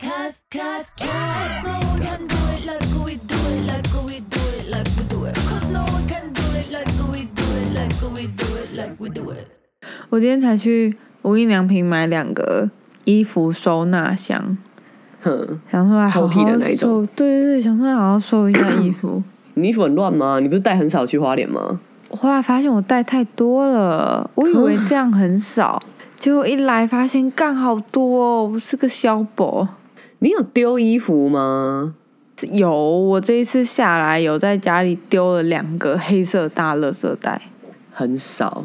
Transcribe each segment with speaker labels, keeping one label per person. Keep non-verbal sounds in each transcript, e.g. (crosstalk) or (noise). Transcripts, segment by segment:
Speaker 1: Cause, cause no one can do it like we do it, like we do it, like we do it. Cause no one can do it like we do it, like we do it, like we do it.
Speaker 2: 我今天才去无印良品买两个衣服收纳箱，
Speaker 3: 哼，
Speaker 2: 想说来好
Speaker 3: 抽屉
Speaker 2: 好
Speaker 3: 的那一种
Speaker 2: 收，对对对，想说来好好收一
Speaker 3: (coughs)
Speaker 2: 下衣服。
Speaker 3: 你衣服很乱吗？你不是带很少去花莲吗？
Speaker 2: 我后来发现我带太多了，我以为这样很
Speaker 3: (coughs)
Speaker 2: 少，结果一来发现干好多哦，我是个小宝。
Speaker 3: 你有丢衣服吗？
Speaker 2: 有，我这一次下来有在家里丢了两个黑色大垃圾袋，
Speaker 3: 很少，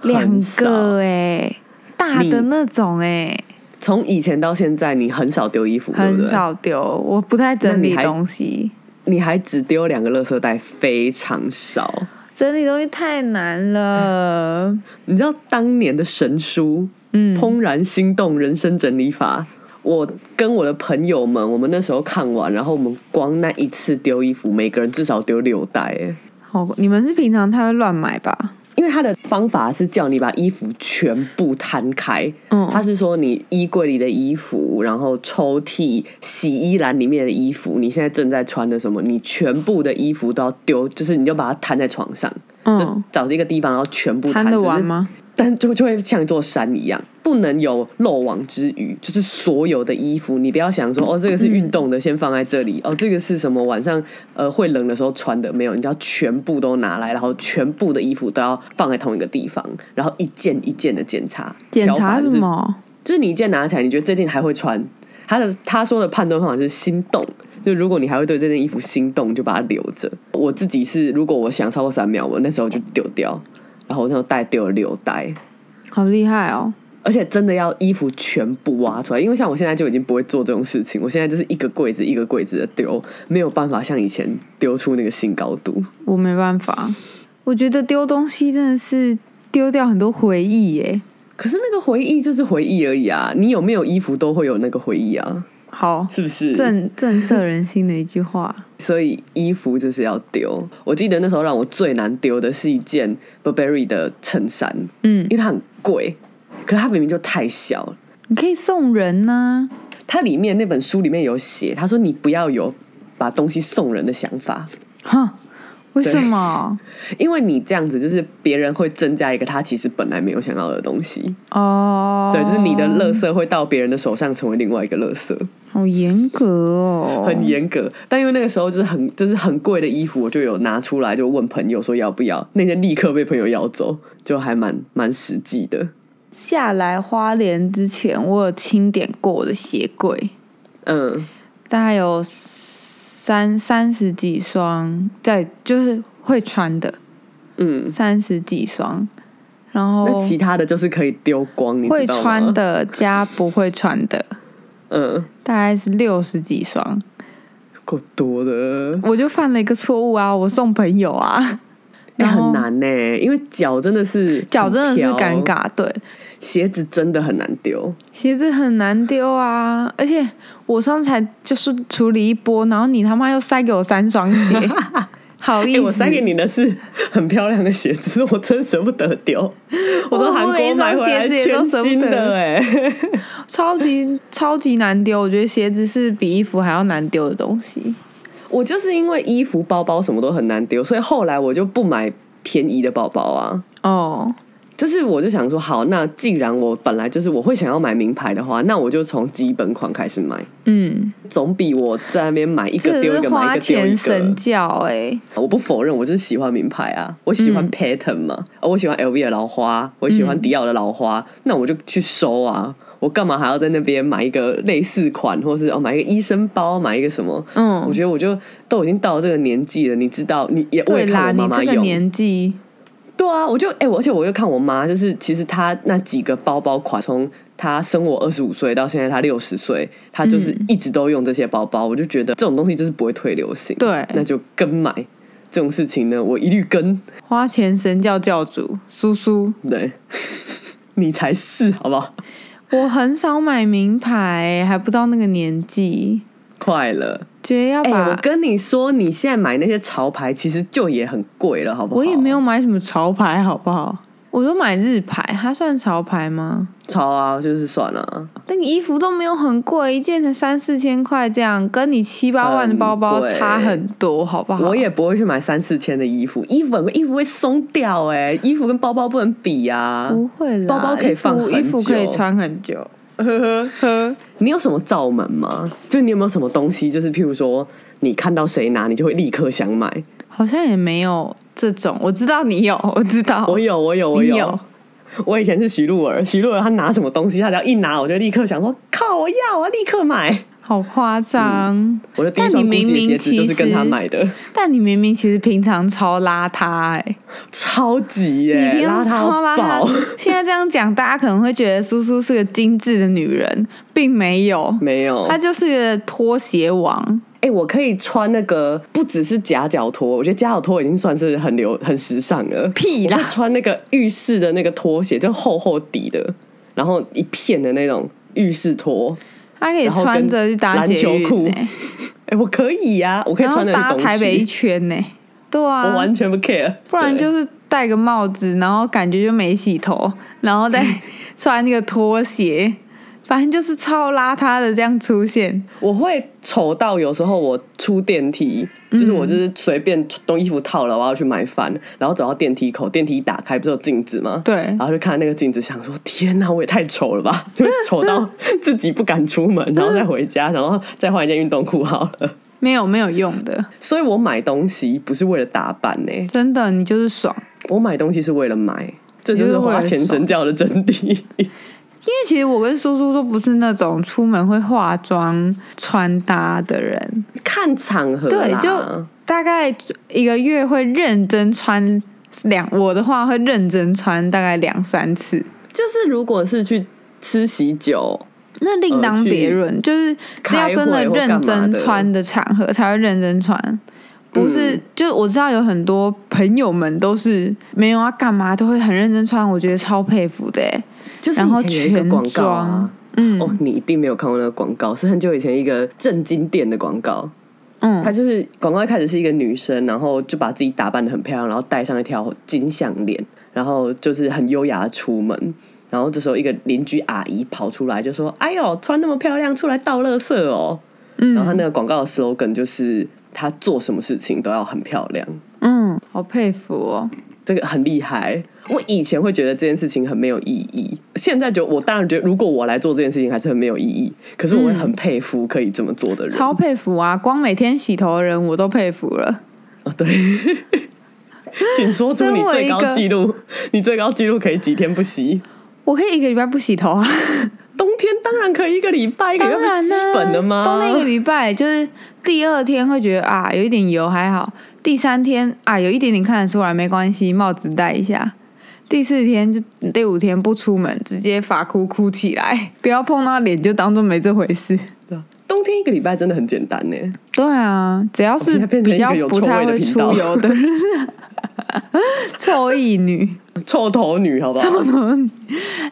Speaker 2: 两
Speaker 3: 很少
Speaker 2: 个哎、大的
Speaker 3: 你
Speaker 2: 那种哎、
Speaker 3: 从以前到现在，你很少丢衣服，对
Speaker 2: 很
Speaker 3: 不对？
Speaker 2: 少丢，我不太整
Speaker 3: 那
Speaker 2: 理
Speaker 3: 你还
Speaker 2: 东西，
Speaker 3: 你还只丢两个垃圾袋，非常少。
Speaker 2: 整理东西太难了。
Speaker 3: 你知道当年的神书，嗯，《怦然心动人生整理法》，我跟我的朋友们，我们那时候看完，然后我们光那一次丢衣服，每个人至少丢六袋，哎，
Speaker 2: 好，你们是平常太会乱买吧？
Speaker 3: 因为他的方法是叫你把衣服全部摊开，
Speaker 2: 嗯
Speaker 3: 他是说你衣柜里的衣服，然后抽屉、洗衣篮里面的衣服，你现在正在穿的什么，你全部的衣服都要丢，就是你就把它摊在床上，就
Speaker 2: 嗯，
Speaker 3: 找一个地方，然后全部
Speaker 2: 摊
Speaker 3: 着
Speaker 2: 得完？吗？
Speaker 3: 就是但就就会像一座山一样，不能有漏网之鱼，就是所有的衣服，你不要想说哦，这个是运动的，先放在这里；哦，这个是什么晚上呃会冷的时候穿的，没有，你就要全部都拿来，然后全部的衣服都要放在同一个地方，然后一件一件的检查，
Speaker 2: 检
Speaker 3: 挑
Speaker 2: 查
Speaker 3: 法
Speaker 2: 什
Speaker 3: 就是
Speaker 2: 么？
Speaker 3: 就是你一件拿起来，你觉得这件还会穿？他的他说的判断方法是心动，就如果你还会对这件衣服心动，就把它留着。我自己是，如果我想超过三秒，我那时候就丢掉，然后我那时候带丢了六袋，
Speaker 2: 好厉害哦！
Speaker 3: 而且真的要衣服全部挖出来，因为像我现在就已经不会做这种事情，我现在就是一个柜子一个柜子的丢，没有办法像以前丢出那个新高度。
Speaker 2: 我没办法，我觉得丢东西真的是丢掉很多回忆耶。
Speaker 3: 可是那个回忆就是回忆而已啊，你有没有衣服都会有那个回忆啊，
Speaker 2: 好，
Speaker 3: 是不是？
Speaker 2: 震震慑人心的一句话。
Speaker 3: 所以衣服就是要丢。我记得那时候让我最难丢的是一件 Burberry 的衬衫，
Speaker 2: 嗯
Speaker 3: 因，为它很贵，可是它明明就太小了。
Speaker 2: 你可以送人呐、
Speaker 3: 它里面那本书里面有写，他说你不要有把东西送人的想法，
Speaker 2: 哼，为什么？
Speaker 3: 因为你这样子就是别人会增加一个他其实本来没有想要的东西。
Speaker 2: 哦，
Speaker 3: 对，就是你的垃圾会到别人的手上成为另外一个垃圾，
Speaker 2: 好严格哦，
Speaker 3: 很严格。但因为那个时候就是很就是很贵的衣服，我就有拿出来就问朋友说要不要，那天立刻被朋友要走，就还蛮蛮实际的。
Speaker 2: 下来花莲之前，我有清点过我的鞋柜，
Speaker 3: 嗯，
Speaker 2: 大概有三三十几双在，就是会穿的
Speaker 3: 嗯，
Speaker 2: 三十几双，然后
Speaker 3: 那其他的就是可以丢光，你
Speaker 2: 哦会
Speaker 3: 知道吗
Speaker 2: 穿，的加不会穿的，
Speaker 3: 嗯，
Speaker 2: 大概是六十几双。
Speaker 3: 够多的，
Speaker 2: 我就犯了一个错误啊，我送朋友啊， (laughs)
Speaker 3: 哎、
Speaker 2: 然后
Speaker 3: 很难呢、因为脚真的是
Speaker 2: 脚真的是
Speaker 3: 很挑
Speaker 2: 尴，尬，对，
Speaker 3: 鞋子真的很难丢，
Speaker 2: 鞋子很难丢啊，而且我上次才就是处理一波，然后你他妈又塞给我三双鞋， (laughs) 好意
Speaker 3: 哎、
Speaker 2: 思？
Speaker 3: 我塞给你的是很漂亮的鞋子， (laughs) 我真舍不得 (laughs) 丢，我从韩
Speaker 2: 我一
Speaker 3: 国
Speaker 2: 双
Speaker 3: 买回来
Speaker 2: 鞋子也都
Speaker 3: 全
Speaker 2: 舍不
Speaker 3: 新的
Speaker 2: 得
Speaker 3: 哎、 (laughs)
Speaker 2: 超级超级难丢，我觉得鞋子是比衣服还要难丢的东西。
Speaker 3: 我就是因为衣服、包包什么都很难丢，所以后来我就不买便宜的包包啊。
Speaker 2: 哦，
Speaker 3: 就是我就想说，好，那既然我本来就是我会想要买名牌的话，那我就从基本款开始买，
Speaker 2: 嗯，
Speaker 3: 总比我在那边买一个
Speaker 2: 这
Speaker 3: 丢一
Speaker 2: 是
Speaker 3: 个
Speaker 2: 花
Speaker 3: 买一个丢一
Speaker 2: 钱
Speaker 3: 个
Speaker 2: 神。教哎、
Speaker 3: 我不否认，我就是喜欢名牌啊，我喜欢
Speaker 2: 嗯
Speaker 3: pattern 嘛，哦我喜欢 LV 的老花，我喜欢迪奥的老花，那我就去收啊。我干嘛还要在那边买一个类似款，或是哦买一个医生包，买一个什么？
Speaker 2: 嗯
Speaker 3: 我觉得我就都已经到了这个年纪了，你知道，你也我
Speaker 2: 对
Speaker 3: 也看
Speaker 2: 啦，
Speaker 3: 我
Speaker 2: 你
Speaker 3: 妈妈
Speaker 2: 这个
Speaker 3: 用，
Speaker 2: 年纪，
Speaker 3: 对啊，我就哎、我而且我又看我妈，就是其实她那几个包包款，从她生我二十五岁到现在她六十岁，她就是
Speaker 2: 嗯
Speaker 3: 一直都用这些包包，我就觉得这种东西就是不会退流行，
Speaker 2: 对
Speaker 3: 那就跟买这种事情呢，我一律跟，
Speaker 2: 花钱神教教主苏苏，
Speaker 3: 对， (laughs) 你才是好不好？
Speaker 2: 我很少买名牌、还不到那个年纪，
Speaker 3: 快了，
Speaker 2: 觉得要
Speaker 3: 哎、
Speaker 2: 把、
Speaker 3: 我跟你说，你现在买那些潮牌，其实就也很贵了，好不好？
Speaker 2: 我也没有买什么潮牌，好不好？我都买日牌，它算潮牌吗？
Speaker 3: 超啊，就是算了、啊，
Speaker 2: 那个衣服都没有很贵，一件才三四千块，这样跟你七八万的包包
Speaker 3: 很贵
Speaker 2: 差很多，好不好？
Speaker 3: 我也不会去买三四千的衣服，衣服很贵，衣服会松掉哎、衣服跟包包不能比啊。
Speaker 2: 不会啦，
Speaker 3: 包包可以放
Speaker 2: 衣服
Speaker 3: 很
Speaker 2: 衣服可以
Speaker 3: 久
Speaker 2: 穿很久，呵呵呵。
Speaker 3: 你有什么罩门吗？就你有没有什么东西，就是譬如说你看到谁拿，你就会立刻想买。
Speaker 2: 好像也没有这种，我知道你有， (laughs) 我知道，
Speaker 3: 我有，我有，我
Speaker 2: 你
Speaker 3: 有。
Speaker 2: 有
Speaker 3: (laughs) 我以前是徐璐儿，徐璐儿她拿什么东西，她只要一拿，我就立刻想说靠，我要，我要立刻买。
Speaker 2: 好夸张。
Speaker 3: 我的第一
Speaker 2: 但
Speaker 3: 双
Speaker 2: 你
Speaker 3: 估
Speaker 2: 明
Speaker 3: 计
Speaker 2: 明
Speaker 3: 鞋子就是
Speaker 2: 其实
Speaker 3: 跟她买的，
Speaker 2: 但你明明其实平常超邋遢哎、
Speaker 3: 超级耶、
Speaker 2: 你平
Speaker 3: 邋
Speaker 2: 常
Speaker 3: 遢
Speaker 2: 超邋
Speaker 3: 到爆。
Speaker 2: 遢。现在这样讲，大家可能会觉得苏苏是个精致的女人，并没有，
Speaker 3: 没有，
Speaker 2: 她就是个拖鞋王。
Speaker 3: 哎、我可以穿那个，不只是夹脚拖，我觉得夹脚拖已经算是很流、很时尚了。
Speaker 2: 屁啦
Speaker 3: 我会穿那个浴室的那个拖鞋，就厚厚底的，然后一片的那种浴室拖。
Speaker 2: 她可以
Speaker 3: 然后跟
Speaker 2: 穿着去搭捷
Speaker 3: 篮球裤
Speaker 2: 运、欸，
Speaker 3: 哎、我可以呀、我可以
Speaker 2: 然后
Speaker 3: 穿着
Speaker 2: 搭台北一圈呢、对啊，
Speaker 3: 我完全不 care。
Speaker 2: 不然
Speaker 3: 对
Speaker 2: 就是戴个帽子，然后感觉就没洗头，然
Speaker 3: (laughs)
Speaker 2: 后再穿那个拖鞋，反正就是超邋遢的这样出现。
Speaker 3: 我会丑到有时候我出电梯，就是我就是随便东衣服套了，我要去买饭，然后走到电梯口，电梯一打开不是有镜子吗？
Speaker 2: 对
Speaker 3: 然后就看那个镜子，想说天哪，我也太丑了吧， (laughs) 就丑到自己不敢出门，然后再回家，然后再换一件运动裤好了。
Speaker 2: 没有没有用的，
Speaker 3: 所以我买东西不是为了打扮呢、
Speaker 2: 真的，你就是爽。
Speaker 3: 我买东西是为了买，这就
Speaker 2: 你就
Speaker 3: 是
Speaker 2: 是为了
Speaker 3: 花钱
Speaker 2: 爽
Speaker 3: 神教的真谛。
Speaker 2: 因为其实我跟叔叔都不是那种出门会化妆穿搭的人，
Speaker 3: (laughs) 看场合啦，
Speaker 2: 对，就大概一个月会认真穿两，我的话会认真穿大概两三次，
Speaker 3: 就是如果是去吃喜酒，
Speaker 2: 那另当别论，就是只要真的认真穿的场合才会认真穿，不是、
Speaker 3: 嗯
Speaker 2: 就我知道有很多朋友们都是没有要干嘛都会很认真穿，我觉得超佩服的欸。
Speaker 3: 就是
Speaker 2: 然后
Speaker 3: 以前有一
Speaker 2: 全
Speaker 3: 个广告
Speaker 2: 妆
Speaker 3: 啊，，
Speaker 2: 嗯、
Speaker 3: 哦，你一定没有看过那个广告，是很久以前一个正经店的广告。它
Speaker 2: 嗯，
Speaker 3: 就是广告一开始是一个女生，然后就把自己打扮的很漂亮，然后戴上一条金项链，然后就是很优雅的出门。然后这时候一个邻居阿姨跑出来就说：“哎呦，穿那么漂亮出来倒垃圾哦。”
Speaker 2: 嗯
Speaker 3: 然后她那个广告的 slogan 就是她做什么事情都要很漂亮，
Speaker 2: 嗯，好佩服哦。
Speaker 3: 这个很厉害。我以前会觉得这件事情很没有意义，现在就我当然觉得，如果我来做这件事情还是很没有意义。可是我会很佩服可以这么做的人。
Speaker 2: 超佩服啊！光每天洗头的人我都佩服了。
Speaker 3: 啊，对，请说出你最高纪录，你最高纪录可以几天不洗？
Speaker 2: 我可以一个礼拜不洗头啊，
Speaker 3: 冬天当然可以一个礼拜，一个礼
Speaker 2: 当
Speaker 3: 拜
Speaker 2: 然
Speaker 3: 不是
Speaker 2: 呢、
Speaker 3: 基本的吗？
Speaker 2: 到那个礼拜就是第二天会觉得啊有一点油还好，第三天啊有一点点看得出来没关系，帽子戴一下。第四天就第五天不出门，直接发哭哭起来， (laughs) 不要碰到脸就当做没这回事。
Speaker 3: 对啊冬天一个礼拜真的很简单呢。
Speaker 2: 对啊，只要
Speaker 3: 我
Speaker 2: 是
Speaker 3: 们现在变成
Speaker 2: 比
Speaker 3: 一个
Speaker 2: 较
Speaker 3: 有
Speaker 2: 不
Speaker 3: 臭
Speaker 2: 太
Speaker 3: 味的
Speaker 2: 会
Speaker 3: 频
Speaker 2: 出
Speaker 3: 道
Speaker 2: 油的人， (laughs) 臭意女。 (laughs)
Speaker 3: 臭头女，好不好？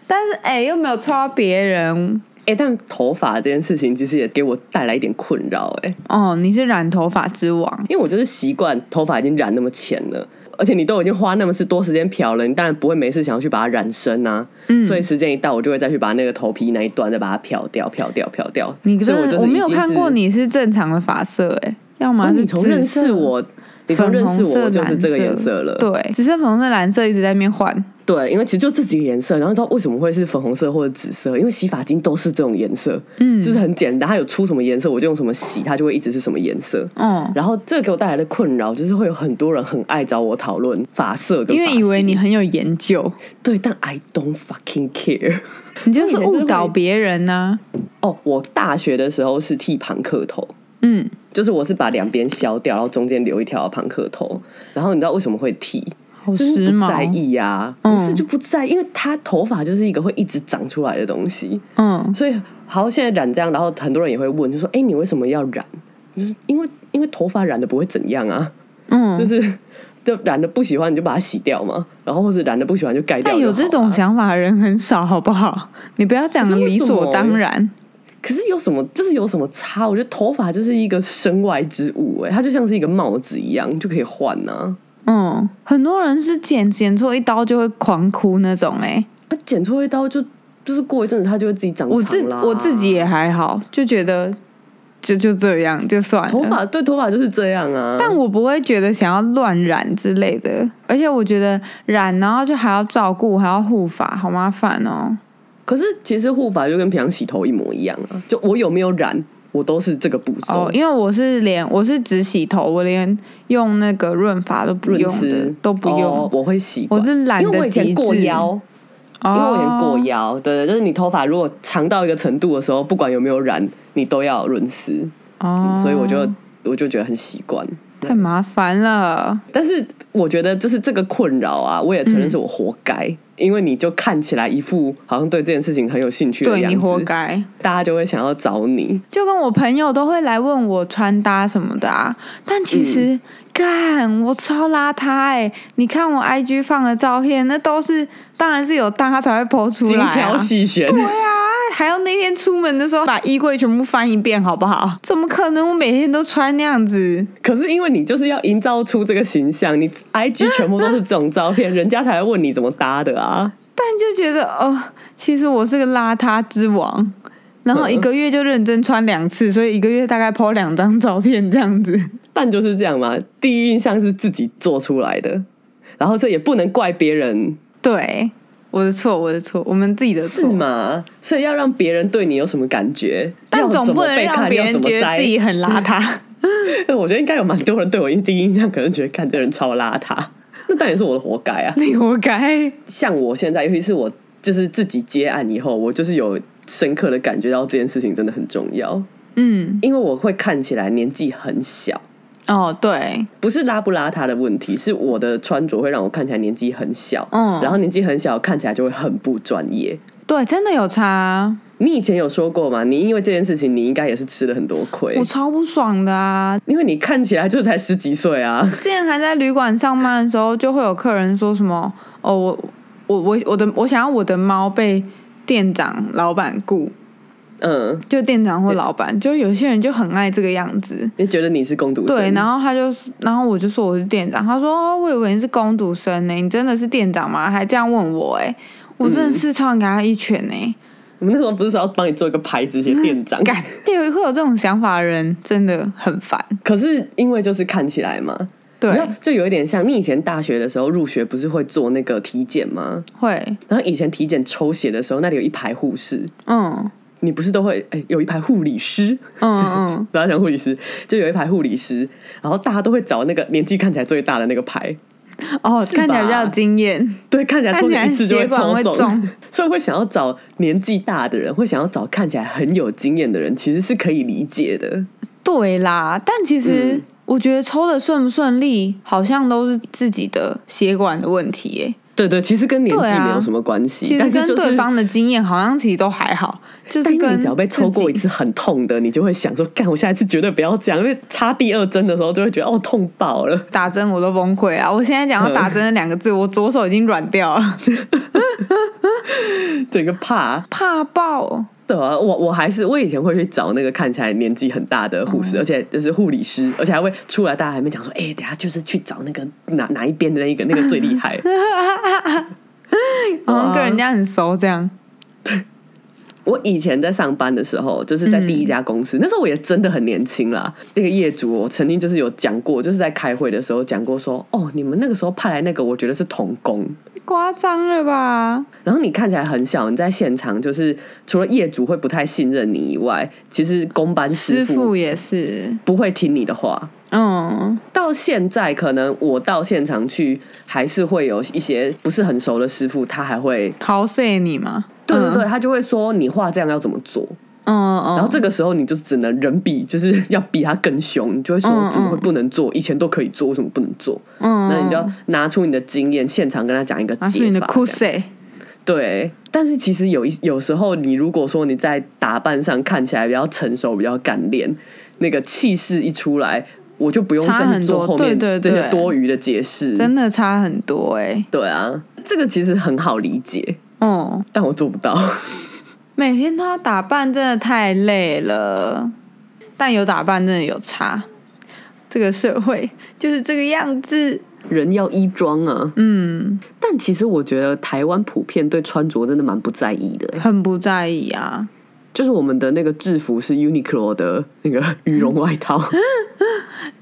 Speaker 2: 但是哎、又没有戳到别人
Speaker 3: 哎、但头发这件事情其实也给我带来一点困扰，哎，
Speaker 2: 哦，你是染头发之王，
Speaker 3: 因为我就是习惯头发已经染那么浅了。而且你都已经花那么是多时间漂了，你当然不会没事想要去把它染深啊。嗯，所以时间一到，我就会再去把那个头皮那一段再把它漂掉、漂掉、漂掉。
Speaker 2: 你真
Speaker 3: 所以我
Speaker 2: 的
Speaker 3: 就是
Speaker 2: 我没有
Speaker 3: 已经
Speaker 2: 看
Speaker 3: 是
Speaker 2: 过你是正常的发色哎、要
Speaker 3: 哦
Speaker 2: 么是
Speaker 3: 你从认识我，你
Speaker 2: 紫色。
Speaker 3: 从认识
Speaker 2: 粉
Speaker 3: 我
Speaker 2: 红
Speaker 3: 就
Speaker 2: 色
Speaker 3: 是这个
Speaker 2: 蓝
Speaker 3: 颜色了。
Speaker 2: 对，紫色、粉红色、蓝色一直在那边换，
Speaker 3: 对，因为其实就这几个颜色，然后你知道为什么会是粉红色或者紫色？因为洗发精都是这种颜色，嗯，就是很简单，它有出什么颜色我就用什么洗，它就会一直是什么颜色。
Speaker 2: 嗯，
Speaker 3: 然后这个给我带来的困扰就是会有很多人很爱找我讨论发色跟
Speaker 2: 因为
Speaker 3: 发
Speaker 2: 以为
Speaker 3: 型
Speaker 2: 你很有研究，
Speaker 3: 对，但 I don't fucking care。 (laughs)
Speaker 2: 你就是误导
Speaker 3: 我以前是会
Speaker 2: 别人呐、
Speaker 3: 哦，我大学的时候是剃庞克头，
Speaker 2: 嗯，
Speaker 3: 就是我是把两边削掉，然后中间留一条庞克头。然后你知道为什么会剃？
Speaker 2: 好
Speaker 3: 就是
Speaker 2: 时
Speaker 3: 不在
Speaker 2: 髦，
Speaker 3: 意呀、
Speaker 2: 嗯
Speaker 3: 不是就不在意，因为他头发就是一个会一直长出来的东西，
Speaker 2: 嗯，
Speaker 3: 所以好现在染这样，然后很多人也会问，就说：“哎、你为什么要染？”就是因为因为头发染的不会怎样啊，
Speaker 2: 嗯
Speaker 3: 就是就染的不喜欢你就把它洗掉嘛，然后或者染的不喜欢就盖掉
Speaker 2: 但
Speaker 3: 就好啊。
Speaker 2: 有这种想法的人很少，好不好？你不要讲
Speaker 3: 可是为
Speaker 2: 理
Speaker 3: 什么欸
Speaker 2: 所当然，
Speaker 3: 可是有什么就是有什么差？我觉得头发就是一个身外之物、哎，它就像是一个帽子一样，就可以换啊。
Speaker 2: 嗯，很多人是剪剪错一刀就会狂哭那种哎、
Speaker 3: 啊，剪错一刀就就是过一阵子它就会自己长
Speaker 2: 我自
Speaker 3: 长啦。
Speaker 2: 我自己也还好，就觉得就就这样就算了。
Speaker 3: 头发对头发就是这样啊，
Speaker 2: 但我不会觉得想要乱染之类的，而且我觉得染然后就还要照顾，还要护发，好麻烦哦。
Speaker 3: 可是其实护发就跟平常洗头一模一样啊，就我有没有染，我都是这个步骤。
Speaker 2: 哦，因为我是连我是只洗头，我连用那个润发都不
Speaker 3: 润
Speaker 2: 用的
Speaker 3: 湿，
Speaker 2: 都不用。
Speaker 3: 哦
Speaker 2: 哦，
Speaker 3: 我会洗，
Speaker 2: 我是懒得
Speaker 3: 因为我以
Speaker 2: 极
Speaker 3: 前
Speaker 2: 致
Speaker 3: 过腰，哦因为我以前
Speaker 2: 哦
Speaker 3: 过腰，对对，就是你头发如果长到一个程度的时候，不管有没有染，你都要润湿，
Speaker 2: 哦，
Speaker 3: 所以我就我就觉得很习惯。
Speaker 2: 太麻烦了。
Speaker 3: 但是我觉得就是这个困扰啊，我也承认是我活该，因为你就看起来一副好像对这件事情很有兴趣的
Speaker 2: 对
Speaker 3: 样
Speaker 2: 你
Speaker 3: 子，
Speaker 2: 活该。
Speaker 3: 大家就会想要找你。
Speaker 2: 就跟我朋友都会来问我穿搭什么的啊，但其实、
Speaker 3: 嗯
Speaker 2: 干我超邋遢哎、你看我 IG 放的照片，那都是当然是有搭才会 PO 出
Speaker 3: 精
Speaker 2: 来、啊，
Speaker 3: (laughs) 挑细选，
Speaker 2: 对啊，还有那天出门的时候把衣柜全部翻一遍，好不好？怎么可能？我每天都穿那样子，
Speaker 3: 可是因为你就是要营造出这个形象，你 IG 全部都是这种照
Speaker 2: (laughs)
Speaker 3: 片，人家才会问你怎么搭的啊。
Speaker 2: 但就觉得哦，其实我是个邋遢之王。然后一个月就认真穿两 (laughs) 次，所以一个月大概 PO 两张照片这样子。
Speaker 3: 但就是这样嘛，第一印象是自己做出来的，然后这也不能怪别人，
Speaker 2: 对，我的错，我的错，我们自己的错。
Speaker 3: 是吗？所以要让别人对你有什么感觉，
Speaker 2: 但
Speaker 3: 要
Speaker 2: 总
Speaker 3: 怎
Speaker 2: 不
Speaker 3: 么
Speaker 2: 能
Speaker 3: 被
Speaker 2: 让
Speaker 3: 看
Speaker 2: 别
Speaker 3: 要
Speaker 2: 人
Speaker 3: 怎么
Speaker 2: 觉得
Speaker 3: 摘
Speaker 2: 自己很邋遢。
Speaker 3: (laughs) 我觉得应该有蛮多人对我第一印象可能觉得看这人超邋遢，那当然是我的活该啊。
Speaker 2: (laughs) 你活该。
Speaker 3: 像我现在，尤其是我就是自己接案以后，我就是有深刻的感觉到这件事情真的很重要，
Speaker 2: 嗯，
Speaker 3: 因为我会看起来年纪很小，
Speaker 2: 哦，对，
Speaker 3: 不是邋不邋遢的问题，是我的穿着会让我看起来年纪很小，
Speaker 2: 嗯
Speaker 3: 然后年纪很小看起来就会很不专业。
Speaker 2: 对，真的有差，
Speaker 3: 你以前有说过嘛？你因为这件事情，你应该也是吃了很多亏
Speaker 2: 我，超不爽的啊！
Speaker 3: 因为你看起来就才十几岁啊。
Speaker 2: 之前还在旅馆上班的时候，就会有客人说什么：“哦，我我我我的我想要我的猫被店长、老板雇，
Speaker 3: 嗯，
Speaker 2: 就店长或老板，就有些人就很爱这个样子。”
Speaker 3: 你觉得你是工读生？
Speaker 2: 对，然后他就，然后我就说我是店长，他说哦，我以为你是工读生呢、你真的是店长吗？还这样问我、哎，我真的是超想给他一拳呢、
Speaker 3: 嗯我们那时候不是说要帮你做一个牌子写店
Speaker 2: (laughs)
Speaker 3: 长，
Speaker 2: 干，对，会有这种想法的人真的很烦。
Speaker 3: 可是因为就是看起来嘛，
Speaker 2: 对
Speaker 3: 你，看就有一点像你以前大学的时候入学不是会做那个体检吗？
Speaker 2: 会，
Speaker 3: 然后以前体检抽血的时候，那里有一排护士，
Speaker 2: 嗯
Speaker 3: 你不是都会哎、有一排护理师，
Speaker 2: 嗯
Speaker 3: (laughs)
Speaker 2: 嗯，
Speaker 3: 不要讲护理师，就有一排护理师，然后大家都会找那个年纪看起来最大的那个排，
Speaker 2: 哦，
Speaker 3: 是
Speaker 2: 看起来比
Speaker 3: 吧
Speaker 2: 较有经验，
Speaker 3: 对，看起来抽血一次就
Speaker 2: 看起来血管
Speaker 3: 抽
Speaker 2: 会
Speaker 3: 中，
Speaker 2: 中
Speaker 3: 所以会想要找年纪大的人，会想要找看起来很有经验的人，其实是可以理解的。
Speaker 2: 对啦。但其实
Speaker 3: 嗯
Speaker 2: 我觉得抽的顺不顺利，好像都是自己的血管的问题、耶。
Speaker 3: 对对，其实跟年纪
Speaker 2: 对啊
Speaker 3: 没有什么关系，
Speaker 2: 其实
Speaker 3: 但是
Speaker 2: 跟
Speaker 3: 就是
Speaker 2: 对方的经验好像其实都还好，就是
Speaker 3: (laughs) 但因为
Speaker 2: 跟
Speaker 3: 你只要被抽过一
Speaker 2: 自己，
Speaker 3: 次很痛的，你就会想说，干，我下一次绝对不要这样，因为插第二针的时候就会觉得哦痛爆了。
Speaker 2: 打针我都崩溃了。我现在讲到打针的两个字，我左手已经软掉
Speaker 3: (laughs)
Speaker 2: 了，
Speaker 3: 整个怕。
Speaker 2: 怕爆。
Speaker 3: 对啊，我我还是我以前会去找那个看起来年纪很大的护
Speaker 2: 嗯
Speaker 3: 士，而且就是护理师，而且还会出来大家还没讲说，哎、等一下就是去找那个哪哪一边的那个那个最
Speaker 2: (laughs)
Speaker 3: 厉害。
Speaker 2: 好像跟人家很熟这样，
Speaker 3: 我以前在上班的时候，就是在第
Speaker 2: 嗯
Speaker 3: 一家公司，那时候我也真的很年轻啦。那个业主，我曾经就是有讲过，就是在开会的时候讲过说，哦，你们那个时候派来那个，我觉得是童工。
Speaker 2: 夸张了吧？
Speaker 3: 然后你看起来很小，你在现场就是除了业主会不太信任你以外，其实公班师
Speaker 2: 师傅
Speaker 3: 傅
Speaker 2: 也是，
Speaker 3: 不会听你的话。
Speaker 2: 嗯，
Speaker 3: 到现在，可能我到现场去，还是会有一些不是很熟的师傅，他还会
Speaker 2: 考碎你嘛？
Speaker 3: 对对对，
Speaker 2: 嗯
Speaker 3: 他就会说你画这样要怎么做。
Speaker 2: 嗯嗯，
Speaker 3: 然后这个时候，你就只能人比，就是要比他更凶，你就会说
Speaker 2: 嗯嗯
Speaker 3: 怎么会不能做？以前都可以做，为什么不能做？
Speaker 2: 嗯，
Speaker 3: 那你就
Speaker 2: 嗯
Speaker 3: 要拿出你的经验，现场跟他讲一个
Speaker 2: 拿出
Speaker 3: 解
Speaker 2: 你的
Speaker 3: 法
Speaker 2: 酷
Speaker 3: 这样
Speaker 2: 塞，
Speaker 3: 对，但是其实有一有时候，你如果说你在打扮上看起来比较成熟、比较干练，那个气势一出来，我就不用
Speaker 2: 差
Speaker 3: 再
Speaker 2: 很
Speaker 3: 去做
Speaker 2: 多
Speaker 3: 后面
Speaker 2: 对
Speaker 3: 这
Speaker 2: 对
Speaker 3: 些
Speaker 2: 对
Speaker 3: 多余的解释。
Speaker 2: 真的差很多哎、
Speaker 3: 对啊，这个其实很好理解，
Speaker 2: 哦、
Speaker 3: 但我做不 (laughs) 到。
Speaker 2: 每天都要打扮，真的太累了。但有打扮真的有差，这个社会就是这个样子。
Speaker 3: 人要衣装啊。
Speaker 2: 嗯，
Speaker 3: 但其实我觉得台湾普遍对穿着真的蛮不在意的、欸
Speaker 2: 很不在意啊。
Speaker 3: 就是我们的那个制服是 Uniqlo 的那个羽绒外套，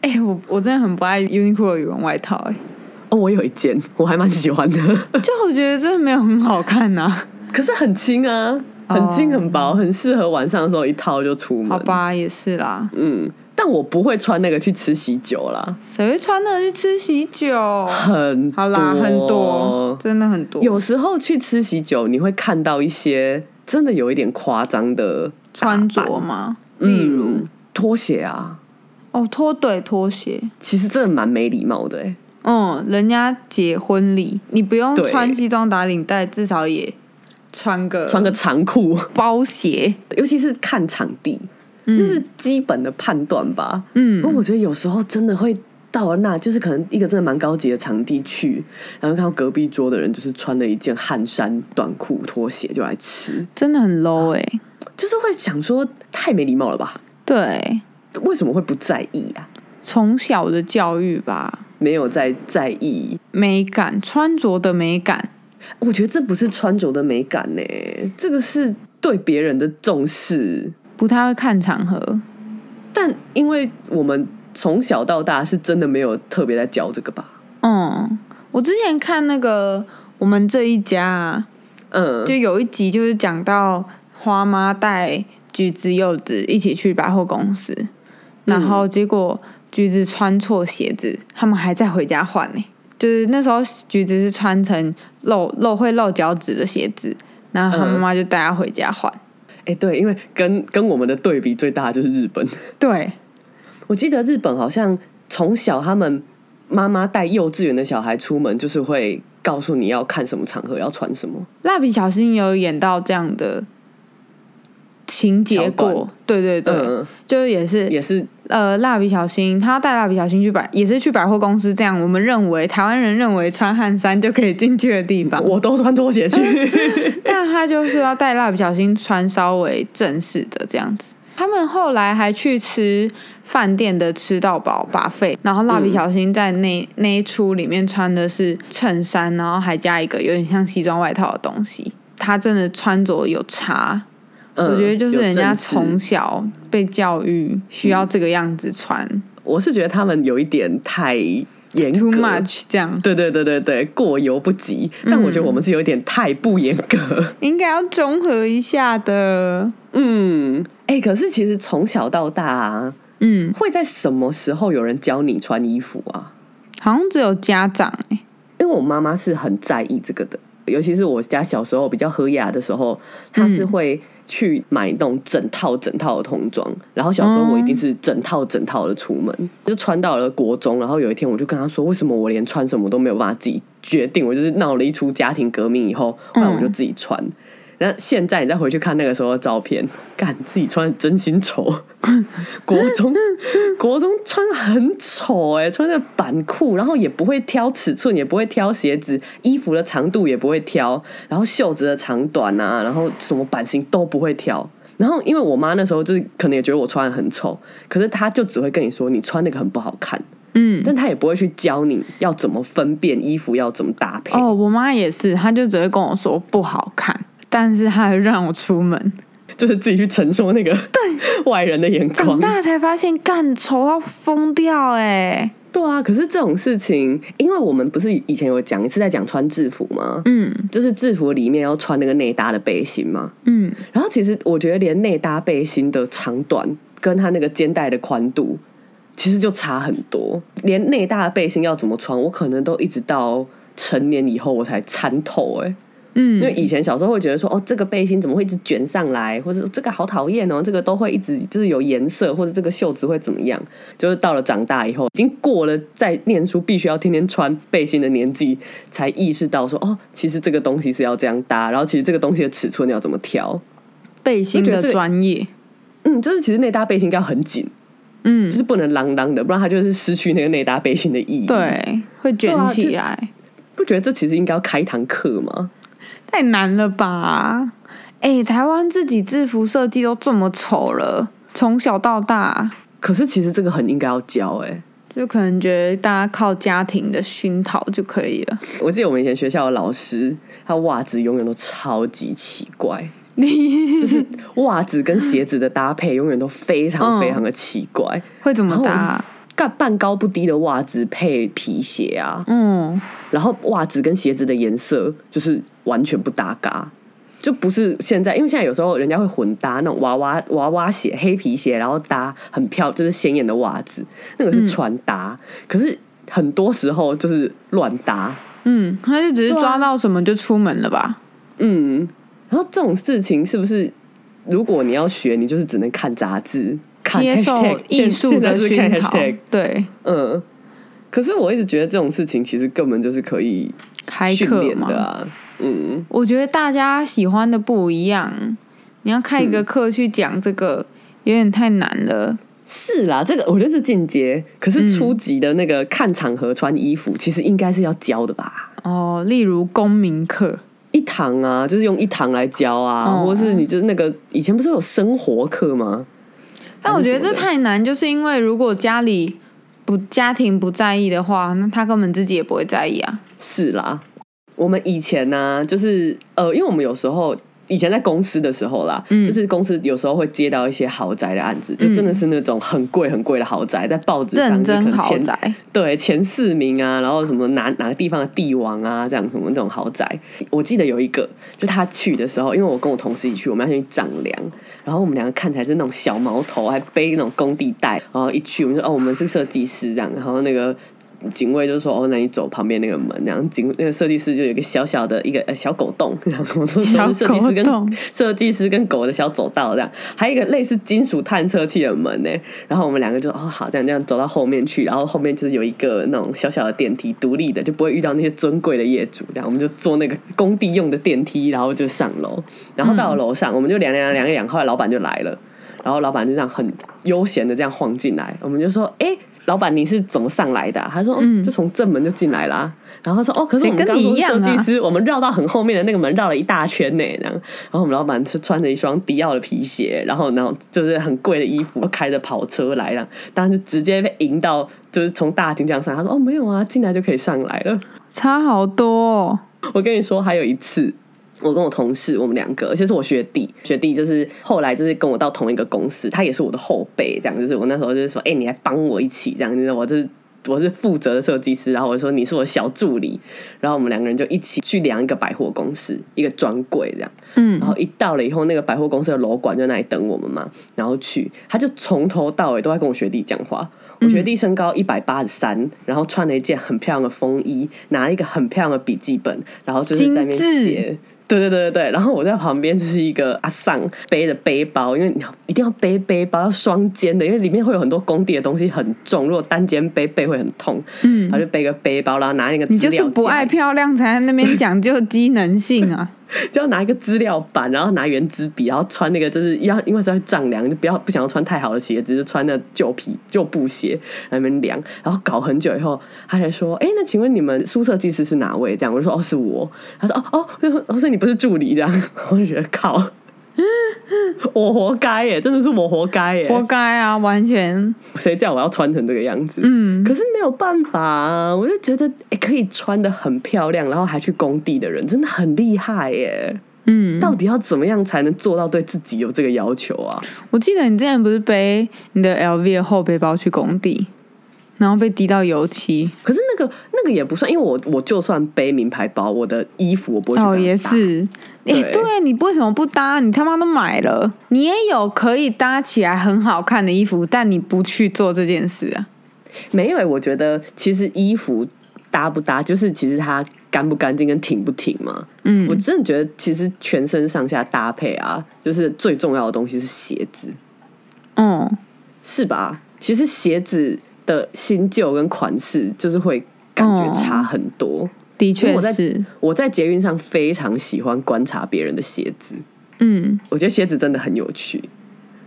Speaker 2: 哎、我我真的很不爱 Uniqlo 羽绒外套、欸，
Speaker 3: (laughs) 哦，我有一件，我还蛮喜欢的，
Speaker 2: 就我觉得真的没有很好看啊呐、
Speaker 3: (laughs) 可是很轻啊，很轻很薄，很适合晚上的时候一套就出门。
Speaker 2: 好，吧，也是啦，
Speaker 3: 嗯，但我不会穿那个去吃喜酒啦，
Speaker 2: 谁会穿那个去吃喜酒？
Speaker 3: 很
Speaker 2: 好啦，很多，真的很多。
Speaker 3: 有时候去吃喜酒，你会看到一些真的有一点夸张的
Speaker 2: 穿
Speaker 3: 打
Speaker 2: 着
Speaker 3: 扮，
Speaker 2: 吗？例如、
Speaker 3: 嗯拖鞋啊，
Speaker 2: 哦，拖对拖鞋，
Speaker 3: 其实真的蛮没礼貌的、欸。
Speaker 2: 嗯，人家结婚礼，你不用
Speaker 3: 对
Speaker 2: 穿西装打领带，至少也穿个
Speaker 3: 穿个长裤， (laughs)
Speaker 2: 包鞋。
Speaker 3: 尤其是看场地，这是基本的判断吧。
Speaker 2: 嗯
Speaker 3: 不过我觉得有时候真的会到了那，就是可能一个真的蛮高级的场地去，然后看到隔壁桌的人就是穿了一件汗衫、短裤、拖鞋就来吃，
Speaker 2: 真的很 low 哎、
Speaker 3: 就是会想说太没礼貌了吧？
Speaker 2: 对，
Speaker 3: 为什么会不在意啊？
Speaker 2: 从小的教育吧，
Speaker 3: 没有在在意，
Speaker 2: 美感穿着的美感，
Speaker 3: 我觉得这不是穿着的美感呢、这个是对别人的重视。
Speaker 2: 不太会看场合。
Speaker 3: 但因为我们从小到大是真的没有特别在教这个吧？
Speaker 2: 嗯，我之前看那个我们这一家、啊，
Speaker 3: 嗯，
Speaker 2: 就有一集就是讲到花妈带橘子、柚子一起去百货公司，
Speaker 3: 嗯
Speaker 2: 然后结果橘子穿错鞋子，他们还在回家换呢、就是那时候橘子是穿成露露会露脚趾的鞋子，然后他
Speaker 3: 嗯
Speaker 2: 妈妈就带他回家换。
Speaker 3: 哎、对，因为跟跟我们的对比最大的就是日本。 (laughs)
Speaker 2: 对，
Speaker 3: 我记得日本好像从小他们妈妈带幼稚园的小孩出门，就是会告诉你要看什么场合要穿什么。
Speaker 2: 蜡笔小新也有演到这样的情节
Speaker 3: 桥段
Speaker 2: 过，对对对，
Speaker 3: 嗯，
Speaker 2: 就是也是
Speaker 3: 也是
Speaker 2: 呃，蜡笔小新，他带蜡笔小新去百，也是去百货公司这样，我们认为台湾人认为穿汗衫就可以进去的地
Speaker 3: (laughs)
Speaker 2: 方，
Speaker 3: 我都穿拖
Speaker 2: (laughs)
Speaker 3: 鞋去。
Speaker 2: 但他就是要带蜡笔小新穿稍微正式的这样子。他们后来还去吃饭店的吃到饱把费，然后蜡笔小新在那、
Speaker 3: 嗯
Speaker 2: 那一出里面穿的是衬衫，然后还加一个有点像西装外套的东西。他真的穿着有差，
Speaker 3: 嗯
Speaker 2: 我觉得就是人家从
Speaker 3: 有正式
Speaker 2: 小被教育需要这个样子穿。
Speaker 3: 我是觉得他们有一点太严格
Speaker 2: too much 这样，
Speaker 3: 对对对对对，过犹不及。但我觉得我们是有点太不严格。
Speaker 2: 应该要综合一下的。
Speaker 3: 嗯，哎、可是其实从小到大、啊，
Speaker 2: 嗯，
Speaker 3: 会在什么时候有人教你穿衣服啊？
Speaker 2: 好像只有家长哎、
Speaker 3: 因为我妈妈是很在意这个的，尤其是我家小时候比较和雅的时候，她是会去买那种整套整套的童装，然后小时候我一定是整套整套的出门，就穿到了国中，然后有一天我就跟她说，为什么我连穿什么都没有办法自己决定，我就是闹了一出家庭革命以后，后来我就自己穿。那现在你再回去看那个时候的照片，干自己穿得真心丑。国中国中穿得很丑哎、穿着板裤，然后也不会挑尺寸，也不会挑鞋子，衣服的长度也不会挑，然后袖子的长短啊，然后什么版型都不会挑。然后因为我妈那时候就是可能也觉得我穿得很丑，可是她就只会跟你说你穿那个很不好看，
Speaker 2: 嗯，
Speaker 3: 但她也不会去教你要怎么分辨衣服要怎么搭配。
Speaker 2: 哦，我妈也是，她就只会跟我说不好看，但是她还让我出门。
Speaker 3: 就是自己去承受那个 (laughs) 外人的眼
Speaker 2: 长
Speaker 3: 光。
Speaker 2: 大才发现，干丑到疯掉哎、
Speaker 3: 对啊，可是这种事情，因为我们不是以前有讲一次在讲穿制服吗？
Speaker 2: 嗯
Speaker 3: 就是制服里面要穿那个内搭的背心嘛。
Speaker 2: 嗯，
Speaker 3: 然后其实我觉得连内搭背心的长短跟它那个肩带的宽度，其实就差很多。连内搭的背心要怎么穿，我可能都一直到成年以后我才参透哎、欸
Speaker 2: 嗯
Speaker 3: 因为以前小时候会觉得说，哦，这个背心怎么会一直卷上来，或者这个好讨厌哦，这个都会一直就是有颜色，或者这个袖子会怎么样。就是到了长大以后，已经过了在念书必须要天天穿背心的年纪，才意识到说，哦，其实这个东西是要这样搭，然后其实这个东西的尺寸要怎么调。
Speaker 2: 背心
Speaker 3: 就
Speaker 2: 的
Speaker 3: 觉得这个
Speaker 2: 专业，
Speaker 3: 嗯，就是其实内搭背心应该很紧，
Speaker 2: 嗯
Speaker 3: 就，是不能啷啷的，不然它就是失去那个内搭背心的意义。，
Speaker 2: 对，会
Speaker 3: 对
Speaker 2: 卷
Speaker 3: 啊
Speaker 2: 起
Speaker 3: 这
Speaker 2: 来。
Speaker 3: 不觉得这其实应该要开一堂课吗？
Speaker 2: 太难了吧？哎、台湾自己制服设计都这么丑了，从小到大
Speaker 3: 可是其实这个很应该要教哎、
Speaker 2: 就可能觉得大家靠家庭的熏陶就可以 (laughs) 了。
Speaker 3: 我记得我们以前学校的老师，他袜子永远都超级奇怪，
Speaker 2: 你
Speaker 3: 就是袜子跟鞋子的搭配永远都非常
Speaker 2: 嗯
Speaker 3: 非常的奇怪。
Speaker 2: 会怎么
Speaker 3: 然后我
Speaker 2: 搭
Speaker 3: 是
Speaker 2: 啊？
Speaker 3: 干半高不低的袜子配皮鞋啊，
Speaker 2: 嗯，
Speaker 3: 然后袜子跟鞋子的颜色就是完全不搭嘎，就不是现在，因为现在有时候人家会混搭那种娃娃娃娃鞋、黑皮鞋，然后搭很漂就是鲜艳的袜子，那个是穿搭，可是很多时候就是乱搭，
Speaker 2: 嗯，他就只是
Speaker 3: 对啊
Speaker 2: 抓到什么就出门了吧？
Speaker 3: 嗯，然后这种事情是不是如果你要学，你就是只能看杂志，看
Speaker 2: 接受
Speaker 3: hashtag，
Speaker 2: 艺术
Speaker 3: 现在
Speaker 2: 的
Speaker 3: 是看
Speaker 2: 熏陶
Speaker 3: hashtag，，
Speaker 2: 对，
Speaker 3: 嗯。可是我一直觉得这种事情其实根本就是可以
Speaker 2: 开
Speaker 3: 训
Speaker 2: 课
Speaker 3: 练
Speaker 2: 嘛。
Speaker 3: 的啊，嗯。
Speaker 2: 我觉得大家喜欢的不一样，你要开一个课去讲这个，有点太难了。
Speaker 3: 是啦，这个我觉得是进阶，可是
Speaker 2: 嗯
Speaker 3: 初级的那个看场合穿衣服，其实应该是要教的吧？
Speaker 2: 哦，例如公民课，
Speaker 3: 一堂啊，就是用一堂来教啊，
Speaker 2: 哦
Speaker 3: 或者是你就是那个以前不是有生活课吗？
Speaker 2: 但我觉得这
Speaker 3: 还是什么
Speaker 2: 太难，就是因为如果家里不家庭不在意的话，那他根本自己也不会在意啊。
Speaker 3: 的是啦。我们以前呢、就是呃，因为我们有时候以前在公司的时候啦，
Speaker 2: 嗯
Speaker 3: 就是公司有时候会接到一些豪宅的案子，就
Speaker 2: 嗯
Speaker 3: 真的是那种很贵很贵的豪宅，在报纸上
Speaker 2: 认
Speaker 3: 就可
Speaker 2: 真
Speaker 3: 能
Speaker 2: 豪
Speaker 3: 前
Speaker 2: 宅，
Speaker 3: 对前四名啊，然后什么哪哪个地方的帝王啊，这样什么那种豪宅。我记得有一个，就他去的时候，因为我跟我同事一起去，我们要先去丈量，然后我们两个看起来是那种小毛头，还背那种工地袋，然后一去我们就哦，我们是设计师这样，然后那个。警卫就说：“哦，那你走旁边那个门，然后警那个设计师就有一个小小的一个、呃小狗洞，然后我都
Speaker 2: 小
Speaker 3: 说设计
Speaker 2: 狗
Speaker 3: 师跟
Speaker 2: 洞
Speaker 3: 设计师跟狗的小走道这样，还有一个类似金属探测器的门呢。然后我们两个就哦好，这样这样走到后面去，然后后面就是有一个那种小小的电梯，独立的，就不会遇到那些尊贵的业主。这样我们就坐那个工地用的电梯，然后就上楼。然后到了楼上，我们就量量量量量，后来老板就来了，然后老板就这样很悠闲的这样晃进来，我们就说哎。老板，你是怎么上来的啊、他说，嗯，就从正门就进来啦、然后他说，哦，可是我们
Speaker 2: 谁跟
Speaker 3: 刚刚
Speaker 2: 你
Speaker 3: 说
Speaker 2: 一样
Speaker 3: 设
Speaker 2: 啊
Speaker 3: 计师，我们绕到很后面的那个门绕了一大圈呢，这样。然后我们老板是穿着一双迪奥的皮鞋，然后然后就是很贵的衣服，开着跑车来了，当然就直接被迎到，就是从大厅这样上来。他说：“哦，没有啊，进来就可以上来了。
Speaker 2: 差好多、哦。”
Speaker 3: (laughs) 我跟你说，还有一次。我跟我同事，我们两个，而且是我学弟，学弟就是后来就是跟我到同一个公司，他也是我的后辈，这样就是我那时候就是说，哎、你来帮我一起这样，就是我就是我是负责的设计师，然后我说你是我的小助理，然后我们两个人就一起去量一个百货公司一个专柜这样，
Speaker 2: 嗯
Speaker 3: 然，后一到了以后，那个百货公司的楼管就在那里等我们嘛，然后去，他就从头到尾都在跟我学弟讲话。我
Speaker 2: 嗯
Speaker 3: 学弟身高一百八十三，然后穿了一件很漂亮的风衣，拿了一个很漂亮的笔记本，然后就是在那边
Speaker 2: 精致
Speaker 3: 写。对对对对对，然后我在旁边就是一个阿桑背着背包，因为你要一定要背背包，要双肩的，因为里面会有很多工地的东西很重，如果单肩背背会很痛。嗯，然后就背个背包，然后拿那个
Speaker 2: 你
Speaker 3: 资
Speaker 2: 就是
Speaker 3: 料
Speaker 2: 不
Speaker 3: 夹
Speaker 2: 爱漂亮，才在那边讲究机能性
Speaker 3: (laughs)
Speaker 2: 啊。
Speaker 3: 就要拿一个资料板，然后拿圆珠笔，然后穿那个就是要因为是要丈量，就不要不想要穿太好的鞋，只是穿那旧皮旧布鞋在那边量，然后搞很久以后，他才说：“哎、那请问你们宿设计师是哪位？”这样我就说：“哦，是我。”他说：“哦哦，我说哦所以你不是助理这样？” (laughs) 我就觉得靠， (laughs) 我活该耶，真的是我活该耶，
Speaker 2: 活该啊，完全
Speaker 3: 谁叫我要穿成这个样子？
Speaker 2: 嗯
Speaker 3: 可是没有办法啊，我就觉得、诶可以穿的很漂亮，然后还去工地的人真的很厉害耶。
Speaker 2: 嗯。
Speaker 3: 到底要怎么样才能做到对自己有这个要求啊？
Speaker 2: 我记得你之前不是背你的 LV 的后背包去工地，然后被滴到油漆。
Speaker 3: 可是那个那个也不算，因为我我就算背名牌包，我的衣服我不会去跟
Speaker 2: 哦，
Speaker 3: 它
Speaker 2: 也
Speaker 3: 搭，
Speaker 2: 是。哎、
Speaker 3: 对
Speaker 2: 对啊，你为什么不搭？你他妈都买了，你也有可以搭起来很好看的衣服，但你不去做这件事啊。
Speaker 3: 没有欸、我觉得其实衣服搭不搭，就是其实它干不干净跟挺不挺嘛。
Speaker 2: 嗯
Speaker 3: 我真的觉得其实全身上下搭配啊，就是最重要的东西是鞋子，
Speaker 2: 嗯，
Speaker 3: 是吧？其实鞋子的新旧跟款式就是会感觉
Speaker 2: 哦
Speaker 3: 差很
Speaker 2: 的
Speaker 3: 多。因为
Speaker 2: 哦确
Speaker 3: 我在
Speaker 2: 是。
Speaker 3: 我在捷运上非常喜欢观察别人的鞋子。
Speaker 2: 嗯
Speaker 3: 我觉得鞋子真的很有趣。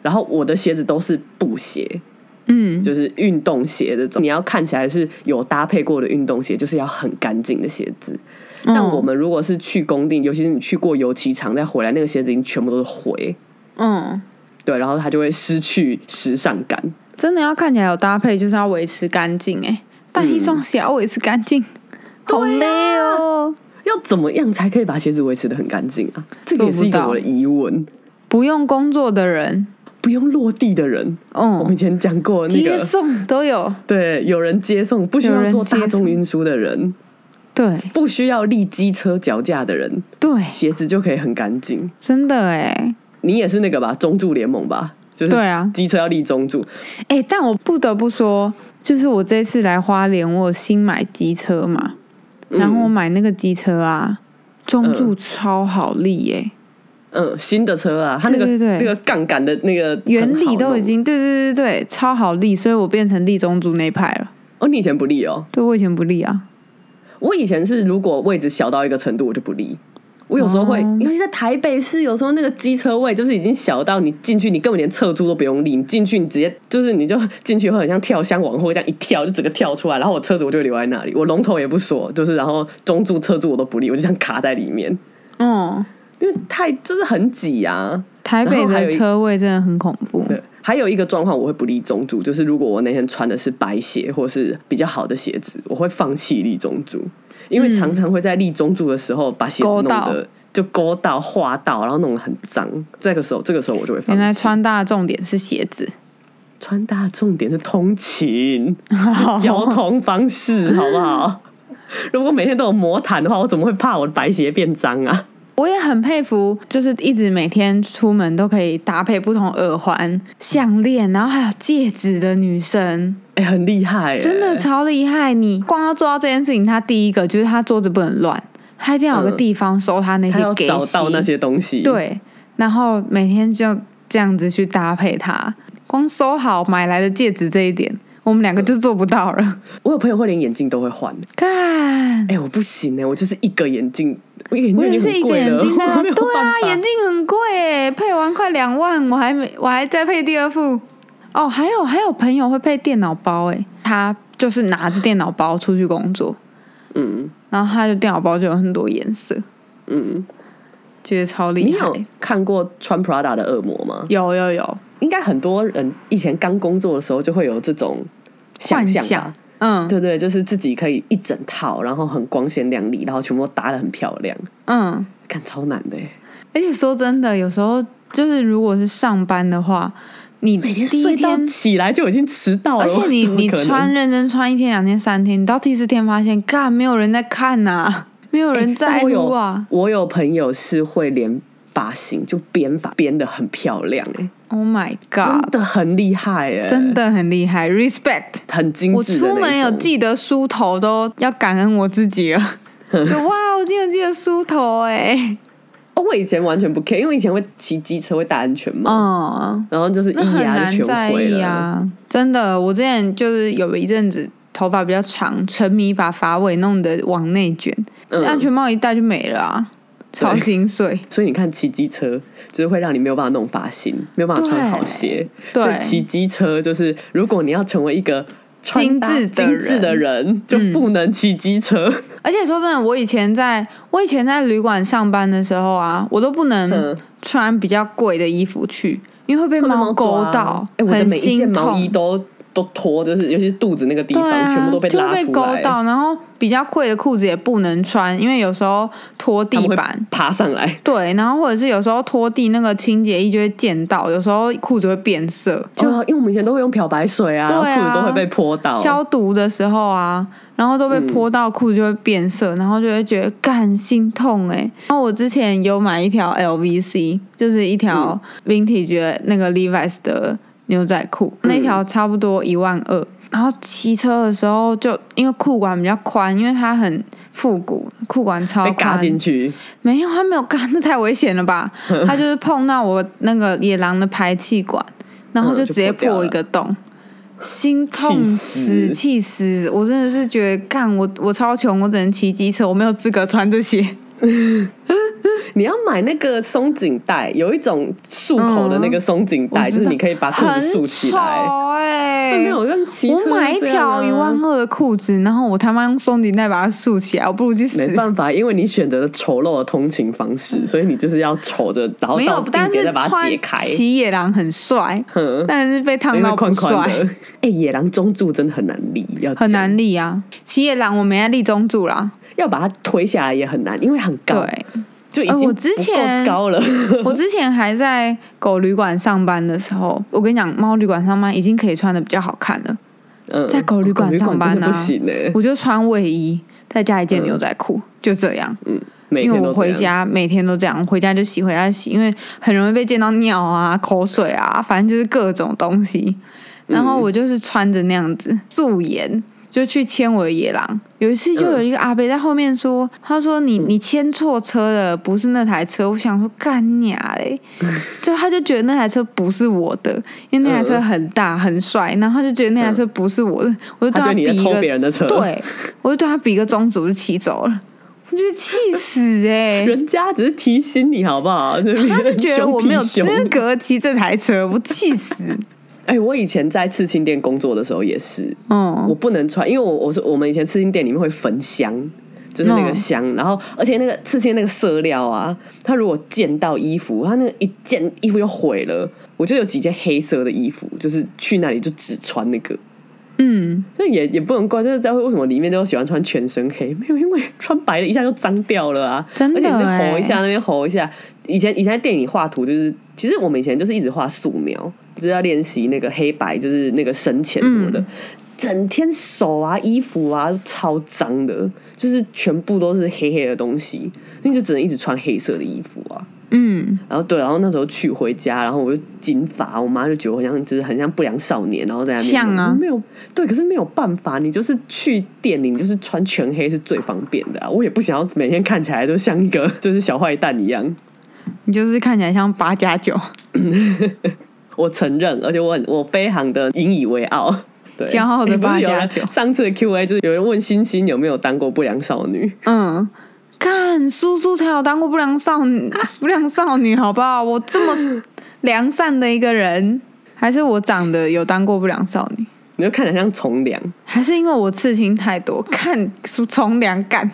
Speaker 3: 然后我的鞋子都是布鞋，
Speaker 2: 嗯，
Speaker 3: 就是运动鞋这种。你要看起来是有搭配过的运动鞋，就是要很干净的鞋子。但我们如果是去工地，尤其是你去过油漆厂再回来，那个鞋子已经全部都是灰，
Speaker 2: 嗯
Speaker 3: 对，然后它就会失去时尚感。
Speaker 2: 真的要看起来有搭配，就是要维持干净哎。但一双鞋要维持干净，好累哦。
Speaker 3: 要怎么样才可以把鞋子维持的很干净啊？这个也是一
Speaker 2: 做不
Speaker 3: 个
Speaker 2: 到
Speaker 3: 我的疑问。
Speaker 2: 不用工作的人，
Speaker 3: 不用落地的人，我们以
Speaker 2: 嗯，
Speaker 3: 前讲过那
Speaker 2: 接
Speaker 3: 个，
Speaker 2: 送都有，
Speaker 3: 对，有人接送，不需
Speaker 2: 有
Speaker 3: 要
Speaker 2: 人
Speaker 3: 坐
Speaker 2: 接
Speaker 3: 大众
Speaker 2: 送
Speaker 3: 运输的人，
Speaker 2: 对
Speaker 3: 不需要立机车脚架的人，
Speaker 2: 对，
Speaker 3: 鞋子就可以很干净。
Speaker 2: 真的哎
Speaker 3: 你也是那个吧？中柱联盟吧？就是
Speaker 2: 对啊
Speaker 3: 机车要立中柱，
Speaker 2: 哎，但我不得不说，就是我这次来花莲，我有新买机车嘛，然后我买那个机车啊，中柱超好欸力耶、
Speaker 3: 嗯，新的车啊，它那个
Speaker 2: 对对对
Speaker 3: 那个杠杆的那个
Speaker 2: 原理都已
Speaker 3: 很好弄
Speaker 2: 经对对对对对超好立，所以我变成立中柱那一派了。
Speaker 3: 哦，你以前不立哦，
Speaker 2: 对我以前不立啊，
Speaker 3: 我以前是如果位置小到一个程度，我就不立。我有时候会，
Speaker 2: 哦
Speaker 3: 尤其在台北市，有时候那个机车位就是已经小到你进去，你根本连侧柱都不用立，你进去你直接就是你就进去会很像跳箱往后这样一跳，就整个跳出来，然后我车子我就留在那里，我龙头也不锁，就是然后中柱侧柱我都不立，我就这样卡在里面，
Speaker 2: 嗯，
Speaker 3: 因为太就是很挤啊。
Speaker 2: 台北
Speaker 3: 然后还有
Speaker 2: 的
Speaker 3: 一
Speaker 2: 车位真的很恐怖。
Speaker 3: 对，还有一个状况我会不立中柱，就是如果我那天穿的是白鞋或是比较好的鞋子，我会放弃立中柱，因为常常会在立中柱的时候把鞋子
Speaker 2: 勾
Speaker 3: 弄
Speaker 2: 到
Speaker 3: 得就勾到、划到，然后弄得很脏。这个时候，这个时候我就会放
Speaker 2: 原
Speaker 3: 弃。
Speaker 2: 来穿搭的重点是鞋子，
Speaker 3: 穿搭重点是通勤、
Speaker 2: 哦 (laughs)
Speaker 3: 交通方式，好不好？ (laughs) 如果每天都有魔毯的话，我怎么会怕我的白鞋变脏啊？
Speaker 2: (laughs) 我也很佩服，就是一直每天出门都可以搭配不同耳环、项链，然后还有戒指的女生，
Speaker 3: 哎、很厉害、欸，
Speaker 2: 真的超厉害。你光要做到这件事情，她第一个就是她桌子不能乱，她一定要有个
Speaker 3: 嗯
Speaker 2: 地方收她那
Speaker 3: 他
Speaker 2: 些
Speaker 3: 要
Speaker 2: 给
Speaker 3: 找到那些东西，，
Speaker 2: 对，然后每天就这样子去搭配它。光收好买来的戒指这一点，我们两个就做不到了。
Speaker 3: 我有朋友会连眼镜都会换，
Speaker 2: 看，
Speaker 3: 哎、我不行哎、我就是一个眼镜，我一个眼
Speaker 2: 我
Speaker 3: 镜
Speaker 2: 也
Speaker 3: 已经
Speaker 2: 是一
Speaker 3: 很
Speaker 2: 个眼
Speaker 3: 贵了，
Speaker 2: 镜
Speaker 3: (laughs) 我
Speaker 2: 啊，
Speaker 3: 没有
Speaker 2: 对啊
Speaker 3: 办，法
Speaker 2: 眼镜很贵诶，配完快两万，我还没，我还在配第二副。哦，还有还有朋友会配电脑包诶，他就是拿着电脑包出去工作，
Speaker 3: 嗯
Speaker 2: 然后他的电脑包就有很多颜色，
Speaker 3: 嗯，
Speaker 2: 觉得超
Speaker 3: 你
Speaker 2: 厉害。欸
Speaker 3: 有看过穿 Prada 的恶魔吗？
Speaker 2: 有有有，
Speaker 3: 应该很多人以前刚工作的时候就会有这种想
Speaker 2: 幻
Speaker 3: 象吧，
Speaker 2: 想嗯
Speaker 3: 对对，就是自己可以一整套，然后很光鲜亮丽，然后全部都搭的很漂亮，
Speaker 2: 嗯。
Speaker 3: 看超难的欸、
Speaker 2: 而且说真的，有时候就是如果是上班的话，你
Speaker 3: 每
Speaker 2: 第
Speaker 3: 天
Speaker 2: 一
Speaker 3: 睡到
Speaker 2: 天，
Speaker 3: 起来就已经迟到了，
Speaker 2: 而且你
Speaker 3: 哦我怎么
Speaker 2: 你
Speaker 3: 可能
Speaker 2: 穿认真穿一天、两天、三天，你到第四天发现，干没有人在看呐、没有
Speaker 3: 欸
Speaker 2: 人在
Speaker 3: 但我
Speaker 2: 乎
Speaker 3: 有
Speaker 2: 啊。
Speaker 3: 我有朋友是会连发型就编发编的很漂亮、欸，
Speaker 2: oh my
Speaker 3: 真
Speaker 2: god，
Speaker 3: 的很厉害、欸，
Speaker 2: 真的很厉害，respect。
Speaker 3: 很精
Speaker 2: 我
Speaker 3: 致的那
Speaker 2: 出
Speaker 3: 种。
Speaker 2: 门有记得梳头，都要感恩我自己
Speaker 3: (laughs)
Speaker 2: 了。就哇，我今天有记得梳头哎、
Speaker 3: 哦，我以前完全不 care，因为以前会骑机车会戴安全帽，
Speaker 2: 嗯。
Speaker 3: 然后就是一
Speaker 2: 那很
Speaker 3: 压
Speaker 2: 难
Speaker 3: 就
Speaker 2: 在
Speaker 3: 全毁
Speaker 2: 意
Speaker 3: 了。
Speaker 2: 啊！真的，我之前就是有一阵子头发比较长，沉迷把发尾弄得往内卷，
Speaker 3: 嗯
Speaker 2: 安全帽一戴就没了啊，超心碎。
Speaker 3: 所以你看，骑机车就是会让你没有办法弄发型，没有办法穿好鞋。
Speaker 2: 对
Speaker 3: 所以骑机车就是，如果你要成为一个穿搭
Speaker 2: 精致的嗯
Speaker 3: 精致的人，就不能骑机车。
Speaker 2: 而且说真的，我以前在我以前在旅馆上班的时候啊，我都不能
Speaker 3: 嗯
Speaker 2: 穿比较贵的衣服去，因为会被
Speaker 3: 会被
Speaker 2: 猫勾
Speaker 3: 抓
Speaker 2: 到，
Speaker 3: 哎、我的
Speaker 2: 很
Speaker 3: 每一件
Speaker 2: 心
Speaker 3: 毛
Speaker 2: 痛。
Speaker 3: 衣都都脱，就是尤其是肚子那个地
Speaker 2: 对
Speaker 3: 方，
Speaker 2: 啊，
Speaker 3: 全部都被
Speaker 2: 就
Speaker 3: 拉
Speaker 2: 被
Speaker 3: 出
Speaker 2: 勾
Speaker 3: 来，
Speaker 2: 到，然后比较贵的裤子也不能穿，因为有时候拖
Speaker 3: 他
Speaker 2: 地
Speaker 3: 们会
Speaker 2: 板，
Speaker 3: 爬上来。
Speaker 2: 对，然后或者是有时候拖地那个清洁液就会溅到，有时候裤子会变色，
Speaker 3: 就、
Speaker 2: 就
Speaker 3: 哦因为我们以前都会用漂白水啊，
Speaker 2: 对啊
Speaker 3: 裤子都会被泼到。
Speaker 2: 消毒的时候啊，然后都被泼到裤子就会变色，然后就会觉得干心痛哎、然后我之前有买一条 LVC，就是一条
Speaker 3: 嗯
Speaker 2: vintage 的那个 Levi's 的牛仔裤，那条差不多一万二。然后骑车的时候就因为裤管比较宽，因为它很复古，裤管超
Speaker 3: 被嘎
Speaker 2: 宽，
Speaker 3: 进去，
Speaker 2: 没有，他没有干，那太危险了吧？他就是碰到我那个野狼的排气管，然后
Speaker 3: 嗯
Speaker 2: 就
Speaker 3: 就
Speaker 2: 直接
Speaker 3: 破掉
Speaker 2: 破一
Speaker 3: 了
Speaker 2: 个洞，心痛死，
Speaker 3: 气死
Speaker 2: 气死！我真的是觉得干我我超穷，我只能骑机车，我没有资格穿这些。
Speaker 3: 你要买那个松紧带，有一种束口的那个松紧带，
Speaker 2: 我知
Speaker 3: 就
Speaker 2: 道
Speaker 3: 是你可以把裤子束起
Speaker 2: 很
Speaker 3: 来。
Speaker 2: 丑哎、
Speaker 3: 那种像骑车
Speaker 2: 我买一
Speaker 3: 这样啊
Speaker 2: 条一万二的裤子，然后我他妈用松紧带把它束起来，我不如去死。
Speaker 3: 没办法，因为你选择了丑陋的通勤方式，所以你就是要丑着，然后
Speaker 2: 嗯没
Speaker 3: 到
Speaker 2: 有，但
Speaker 3: 地
Speaker 2: 是
Speaker 3: 点再把它
Speaker 2: 穿
Speaker 3: 解开。
Speaker 2: 骑野狼很帅，
Speaker 3: 哼
Speaker 2: 但是被烫
Speaker 3: 因为
Speaker 2: 到不
Speaker 3: 宽宽
Speaker 2: 帅，
Speaker 3: 的，哎、野狼中柱真的很难立，要
Speaker 2: 很
Speaker 3: 讲
Speaker 2: 难立啊。骑野狼我没在立中柱啦，
Speaker 3: 要把它推下来也很难，因为很高，
Speaker 2: 对。
Speaker 3: 就已
Speaker 2: 呃
Speaker 3: 经
Speaker 2: 我之
Speaker 3: 不够
Speaker 2: 前
Speaker 3: 高了。
Speaker 2: 我之前还在狗旅馆上班的时候，我跟你讲，猫旅馆上班已经可以穿的比较好看了，
Speaker 3: 嗯
Speaker 2: 在狗旅馆上班啊
Speaker 3: 真的不行哎、
Speaker 2: 我就穿卫衣，再加一件牛仔裤，就这样。
Speaker 3: 嗯，每
Speaker 2: 因为
Speaker 3: 天都
Speaker 2: 我
Speaker 3: 这
Speaker 2: 回
Speaker 3: 样，
Speaker 2: 家每天都这样，我回家就洗，回家就洗，因为很容易被溅到尿啊、口水啊，反正就是各种东西。然后
Speaker 3: 嗯
Speaker 2: 我就是穿着那样子素颜。就去牵我的野狼，有一次
Speaker 3: 嗯
Speaker 2: 就有一个阿伯在后面说，他说你你牵错车了，不是那台车。我想说干你啊
Speaker 3: (laughs)
Speaker 2: 嘞，就他就觉得那台车不是我的，因为那台车
Speaker 3: 嗯
Speaker 2: 很大很帅，然后他就觉得那台车不是我的，我就对
Speaker 3: 他
Speaker 2: 啊
Speaker 3: 觉得
Speaker 2: 比
Speaker 3: 你在
Speaker 2: 一
Speaker 3: 偷
Speaker 2: 个
Speaker 3: 别人的车，，
Speaker 2: 对，我就对他比个中指，我就骑走了， (laughs) 我就气死哎、
Speaker 3: 人家只是提醒你好不好？ (laughs)
Speaker 2: 他
Speaker 3: 他
Speaker 2: 就觉得我没有资格骑这台车，我气死。
Speaker 3: 哎、我以前在刺青店工作的时候也是，我
Speaker 2: 嗯，
Speaker 3: 不能穿，因为我我是我们以前刺青店里面会焚香，就是那个
Speaker 2: 嗯
Speaker 3: 香，然后而且那个刺青那个色料啊，它如果溅到衣服，它那个一溅衣服又毁了。我就有几件黑色的衣服，就是去那里就只穿那个，
Speaker 2: 嗯，
Speaker 3: 那也也不能怪，就是在为什么里面都喜欢穿全身黑？没有，因为穿白的一下就脏掉了啊，
Speaker 2: 真的
Speaker 3: 而且那边
Speaker 2: 欸
Speaker 3: 吼一下，那边吼一下。以前以前在店里画图，就是其实我们以前就是一直画素描，就是要练习那个黑白，就是那个深浅什
Speaker 2: 嗯
Speaker 3: 么的。整天手啊、衣服啊都超脏的，就是全部都是黑黑的东西，那你就只能一直穿黑色的衣服啊。
Speaker 2: 嗯，
Speaker 3: 然后对，然后那时候娶回家，然后我就金发，我妈就觉得我很像，就是很像不良少年，然后在那边
Speaker 2: 像啊
Speaker 3: 没有对，可是没有办法，你就是去店里，你就是穿全黑是最方便的、啊。我也不想要每天看起来都像一个就是小坏蛋一样， (laughs)
Speaker 2: 你就是看起来像八加九，
Speaker 3: 我承认，而且我很我非常的引以为傲。对，
Speaker 2: 骄傲的
Speaker 3: 诶不是有
Speaker 2: 八
Speaker 3: 人
Speaker 2: 加九
Speaker 3: 上次的 Q&A 就是有人问欣欣有没有当过不良少女，
Speaker 2: 嗯。看叔叔才有当过不良少女，不良少女好不好？我这么良善的一个人，还是我长得有当过不良少女？
Speaker 3: 你就看起来像从良。
Speaker 2: 还是因为我刺青太多，看从良
Speaker 3: (laughs)
Speaker 2: 感，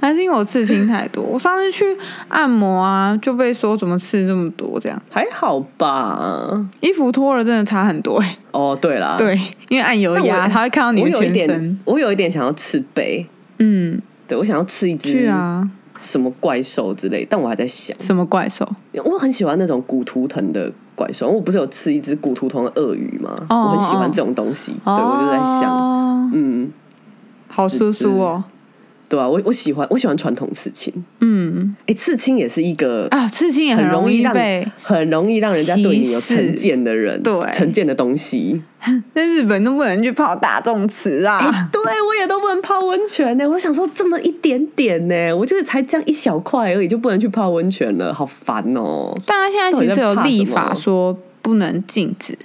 Speaker 2: 还是因为我刺青太多。我上次去按摩啊，就被说怎么刺这么多，这样
Speaker 3: 还好吧？
Speaker 2: 衣服脱了真的差很多、欸。
Speaker 3: 哦，对啦，
Speaker 2: 对，因为按油
Speaker 3: 但我，
Speaker 2: 压，他会看到你
Speaker 3: 我
Speaker 2: 的
Speaker 3: 有一
Speaker 2: 全
Speaker 3: 点
Speaker 2: 身。，
Speaker 3: 我有一点想要刺背，
Speaker 2: 嗯，
Speaker 3: 对我想要刺一
Speaker 2: 去
Speaker 3: 只
Speaker 2: 啊，
Speaker 3: 什么怪兽之类，但我还在想，
Speaker 2: 什么怪兽？
Speaker 3: 我很喜欢那种骨图腾的怪兽，我不是有吃一只骨图腾的鳄鱼吗？
Speaker 2: 哦
Speaker 3: 我很喜欢这种东西，对我就在想，
Speaker 2: 哦，
Speaker 3: 嗯，
Speaker 2: 好舒舒哦。
Speaker 3: 对啊，我我喜欢我喜欢传统刺青，
Speaker 2: 嗯
Speaker 3: 哎、刺青也是一个
Speaker 2: 啊，刺青也
Speaker 3: 很
Speaker 2: 容
Speaker 3: 容易让
Speaker 2: 被。
Speaker 3: 很容易让人家对你有成见的人，
Speaker 2: 歧视对
Speaker 3: 成见的东西。
Speaker 2: 那日本都不能去泡大众池
Speaker 3: (laughs)
Speaker 2: 啊。
Speaker 3: 对我也都不能泡温泉呢、我想说这么一点点呢、我就是才这样一小块而已，就不能去泡温泉了，好烦哦、
Speaker 2: 但他现在其实有立法说不能禁止，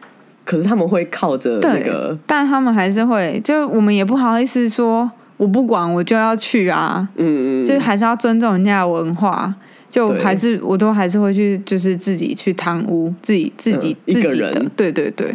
Speaker 3: 可是他们会靠着那个
Speaker 2: 对，，但他们还是会，就我们也不好意思说，我不管我就要去啊，
Speaker 3: 嗯嗯，
Speaker 2: 就还是要尊重人家的文化。就
Speaker 3: 对
Speaker 2: 还是我都还是会去，就是自己去贪污，自己自己、
Speaker 3: 嗯一
Speaker 2: 自
Speaker 3: 个
Speaker 2: 己的
Speaker 3: 人，
Speaker 2: 对对对。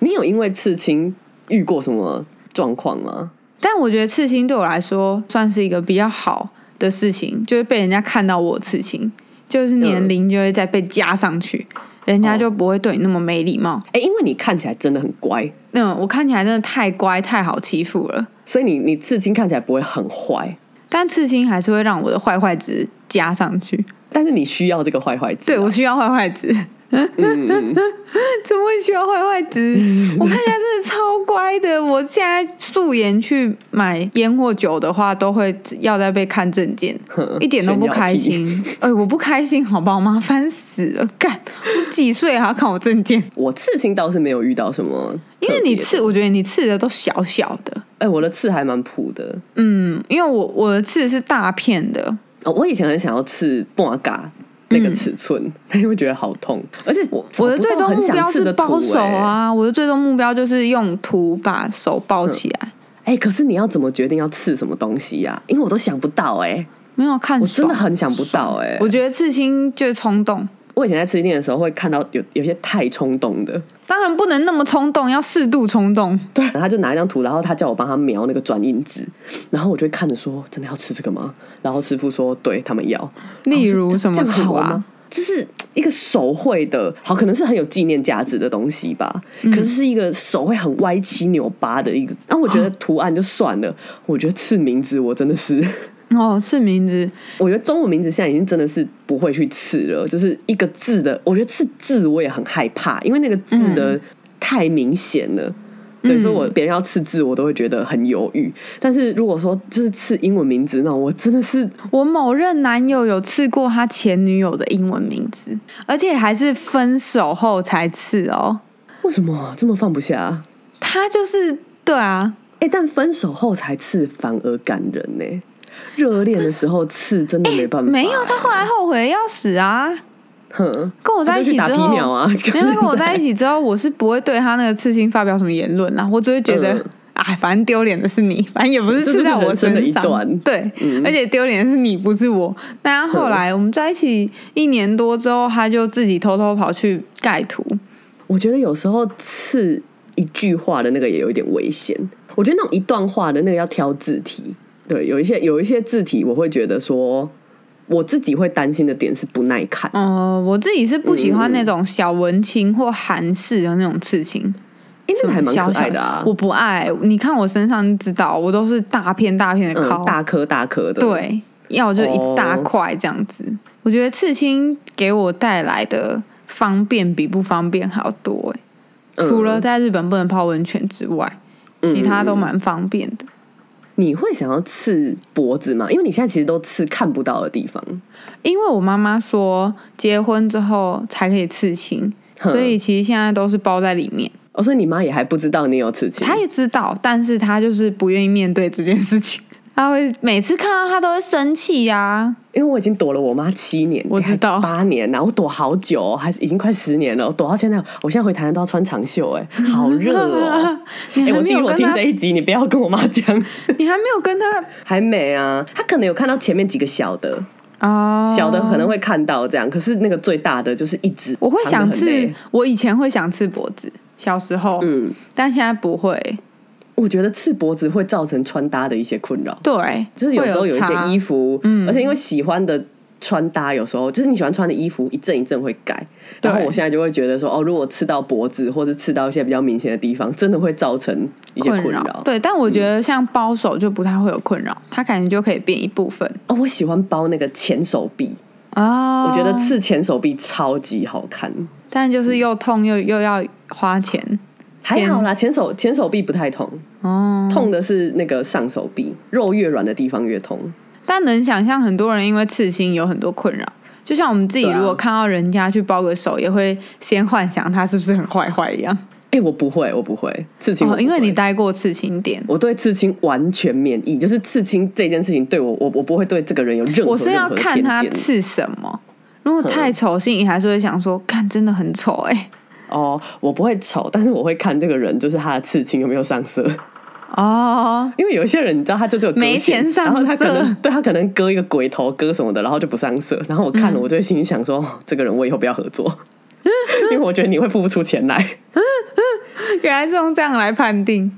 Speaker 3: 你有因为刺青遇过什么状况吗？
Speaker 2: 但我觉得刺青对我来说算是一个比较好的事情，就是被人家看到我刺青，就是年龄就会再被加上去，人家就不会对你那么没礼貌。
Speaker 3: 哎、因为你看起来真的很乖，
Speaker 2: 那我看起来真的太乖太好欺负了，
Speaker 3: 所以你你刺青看起来不会很坏，
Speaker 2: 但刺青还是会让我的坏坏值加上去。
Speaker 3: 但是你需要这个坏坏值啊、
Speaker 2: 对我需要坏坏值，
Speaker 3: 嗯，嗯嗯
Speaker 2: (laughs) 怎么会需要坏坏值？我看起来真的超乖的。我现在素颜去买烟或酒的话，都会要再被看证
Speaker 3: (laughs)
Speaker 2: 件。
Speaker 3: 哼
Speaker 2: 一点都不开。
Speaker 3: (laughs) 炫耀屁
Speaker 2: 心。 (laughs) 哎、我不开心，好吧，我麻烦死了。干，我几岁还要看我证件？
Speaker 3: 我刺青倒是没有遇到什么特别
Speaker 2: 因
Speaker 3: 的，
Speaker 2: 为你刺，我觉得你刺的都小小的。
Speaker 3: 哎、我的刺还蛮普的。
Speaker 2: 嗯，因为我我的刺是大片的，
Speaker 3: 哦，我以前很想要刺半嘎那个尺寸，因为觉得好痛，而且我
Speaker 2: 嗯我的最终目标是包手
Speaker 3: 哎、
Speaker 2: 啊。我的最终目标就是用图把手包起来。
Speaker 3: 嗯啊哎可是你要怎么决定要刺什么东西呀、因为我都想不到哎、
Speaker 2: 没有看
Speaker 3: 我
Speaker 2: 爽，啊
Speaker 3: 真的很想不到哎、
Speaker 2: 我觉得刺青就是冲动，
Speaker 3: 我以前在吃店的时候会看到有有些太冲动的，
Speaker 2: 当然不能那么冲动，要适度冲动。
Speaker 3: 对，然后他就拿一张图，然后他叫我帮他描那个转印纸，然后我就会看着说，真的要吃这个吗？然后师傅说，对他们要，
Speaker 2: 例如什么
Speaker 3: 然后我就这样
Speaker 2: 图
Speaker 3: 好
Speaker 2: 啊
Speaker 3: 吗？？就是一个手绘的，好，可能是很有纪念价值的东西吧。
Speaker 2: 嗯
Speaker 3: 可是是一个手绘很歪七扭八的一个，然后我觉得图案就算了，我觉得刺名字我真的是，
Speaker 2: 哦，刺名字，
Speaker 3: 我觉得中文名字现在已经真的是不会去刺了，就是一个字的，我觉得刺字我也很害怕，因为那个字的
Speaker 2: 嗯
Speaker 3: 太明显了。对，所以我别人要刺字，我都会觉得很犹豫。但是如果说就是刺英文名字那种，我真的是
Speaker 2: 我某任男友有刺过他前女友的英文名字，而且还是分手后才刺哦。
Speaker 3: 为什么这么放不下、啊？
Speaker 2: 他就是对啊，
Speaker 3: 哎、但分手后才刺反而感人呢、热恋的时候刺真的没办法、
Speaker 2: 哎没有他后来后悔得要死啊。
Speaker 3: 哼，
Speaker 2: 跟我在一起
Speaker 3: 他就
Speaker 2: 之
Speaker 3: 去打
Speaker 2: 后，
Speaker 3: 皮秒啊
Speaker 2: (laughs) 没有他跟我在一起之后，我是不会对他那个刺青发表什么言论啦，我只会觉得。
Speaker 3: 嗯
Speaker 2: 哎，反正丢脸的是你，反正也不是
Speaker 3: 这
Speaker 2: 刺在
Speaker 3: 就是
Speaker 2: 我
Speaker 3: 人生的
Speaker 2: 身
Speaker 3: 一
Speaker 2: 上。
Speaker 3: 段嗯
Speaker 2: 对，而且丢脸的是你，不是我。那后来我们在一起一年多之后，他就自己偷偷跑去盖图，
Speaker 3: 我觉得有时候刺一句话的那个也有一点危险。我觉得那种一段话的那个要挑字体，对，有一些有一些字体我会觉得说，我自己会担心的点是不耐看。
Speaker 2: 哦，我自己是不喜欢
Speaker 3: 嗯
Speaker 2: 那种小文青或韩式的那种刺青，
Speaker 3: 哎、那个还蛮
Speaker 2: 小
Speaker 3: 可
Speaker 2: 小
Speaker 3: 爱的啊，
Speaker 2: 我不爱，你看我身上就知道，我都是大片大片的
Speaker 3: 嗯，
Speaker 2: 靠，
Speaker 3: 大颗大颗的，，
Speaker 2: 对，要就一大
Speaker 3: 哦
Speaker 2: 块这样子。我觉得刺青给我带来的方便比不方便还要多、欸，
Speaker 3: 嗯
Speaker 2: 除了在日本不能泡温泉之外，其他都蛮方便的。
Speaker 3: 你会想要刺脖子吗？因为你现在其实都刺看不到的地方，
Speaker 2: 因为我妈妈说结婚之后才可以刺青，
Speaker 3: 哼
Speaker 2: 所以其实现在都是包在里面。
Speaker 3: 哦，所以你妈也还不知道你有刺青，
Speaker 2: 他也知道，但是他就是不愿意面对这件事情。 (laughs) 他会每次看到他都会生气呀、
Speaker 3: 因为我已经躲了我妈七年，
Speaker 2: 我知道
Speaker 3: 还八年然后躲好久、哦，还是已经快十年了，我躲到现在，我现在回台南都要穿长袖、哎，好热哦！
Speaker 2: (laughs) 你
Speaker 3: (laughs) 哎、
Speaker 2: 还
Speaker 3: 我
Speaker 2: 没
Speaker 3: 弟
Speaker 2: 有
Speaker 3: 如果
Speaker 2: 跟
Speaker 3: 听
Speaker 2: 他，
Speaker 3: 这一集，你不要跟我妈讲，
Speaker 2: 你还没有跟他
Speaker 3: (laughs) 还没啊，她可能有看到前面几个小的，
Speaker 2: 哦，
Speaker 3: 小的可能会看到这样，可是那个最大的就是一直
Speaker 2: 我会想
Speaker 3: 藏得很
Speaker 2: 刺
Speaker 3: 累，
Speaker 2: 我以前会想刺脖子，小时候，
Speaker 3: 嗯，
Speaker 2: 但现在不会。
Speaker 3: 我觉得刺脖子会造成穿搭的一些困扰，
Speaker 2: 对，
Speaker 3: 就是有时候有一些衣
Speaker 2: 服，
Speaker 3: 服，
Speaker 2: 嗯
Speaker 3: 而且因为喜欢的穿搭，有时候就是你喜欢穿的衣服一阵一阵会改。
Speaker 2: 对
Speaker 3: 然后我现在就会觉得说，哦，如果刺到脖子或者刺到一些比较明显的地方，真的会造成一些困嗯
Speaker 2: 扰。对，但我觉得像包手就不太会有困扰，它感觉就可以变一部分
Speaker 3: 哦，我喜欢包那个前手臂，
Speaker 2: 啊。
Speaker 3: 哦我觉得，刺前手臂超级好看。
Speaker 2: 但就是又痛又又要花钱
Speaker 3: 还好啦，前手前手臂不太痛，
Speaker 2: 哦。
Speaker 3: 痛的是那个上手臂，肉越软的地方越痛。
Speaker 2: 但能想象很多人因为刺青有很多困扰，就像我们自己
Speaker 3: 对啊
Speaker 2: 如果看到人家去包个手，也会先幻想他是不是很坏坏一样。
Speaker 3: 哎、我不会，我不会刺青
Speaker 2: 哦，
Speaker 3: 我不会、
Speaker 2: 因为你待过刺青店，
Speaker 3: 我对刺青完全免疫，就是刺青这件事情对我，我我不会对这个人有任
Speaker 2: (laughs)
Speaker 3: 何
Speaker 2: 我是要看他
Speaker 3: 任何偏见
Speaker 2: 刺什么。如果太丑，心里还是会想说，看真的很丑哎、
Speaker 3: 哦，我不会丑，但是我会看这个人，就是他的刺青有没有上色，
Speaker 2: 哦，
Speaker 3: 因为有一些人你知道他就只有割
Speaker 2: 没钱上色
Speaker 3: 然后他可能对他可能割一个鬼头割什么的，然后就不上色，然后我看了
Speaker 2: 嗯
Speaker 3: 我就会心里想说，哦这个人我以后不要合作， (laughs) 因为我觉得你会付不出钱来。
Speaker 2: 原来是用这样来判定。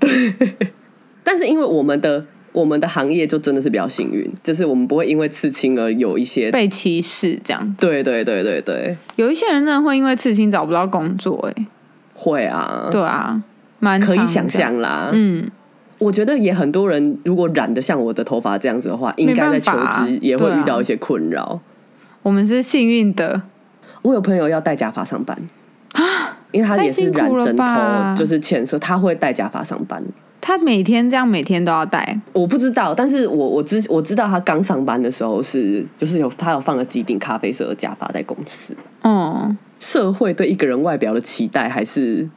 Speaker 3: 但是因为我们的我们的行业就真的是比较幸运，就是我们不会因为刺青而有一些。
Speaker 2: 被歧视这样，
Speaker 3: 对对对对对，
Speaker 2: 有一些人真的会因为刺青找不到工作哎、
Speaker 3: 会啊，
Speaker 2: 对啊，蛮
Speaker 3: 可以
Speaker 2: 常
Speaker 3: 想
Speaker 2: 这样，
Speaker 3: 象啦。
Speaker 2: 嗯，
Speaker 3: 我觉得也很多人如果染的像我的头发这样子的话，应该在求
Speaker 2: 没办法啊
Speaker 3: 职也会
Speaker 2: 对啊
Speaker 3: 遇到一些困扰。
Speaker 2: 我们是幸运的，
Speaker 3: 我有朋友要戴假发上班因为他也是
Speaker 2: 啊太
Speaker 3: 染
Speaker 2: 辛
Speaker 3: 整
Speaker 2: 苦了吧
Speaker 3: 头，就是浅色，他会戴假发上班。
Speaker 2: 他每天这样每天都要戴，
Speaker 3: 我不知道，但是我我知我知道他刚上班的时候是，就是有他有放了几顶咖啡色的假发在公司。
Speaker 2: 嗯，
Speaker 3: 社会对一个人外表的期待还是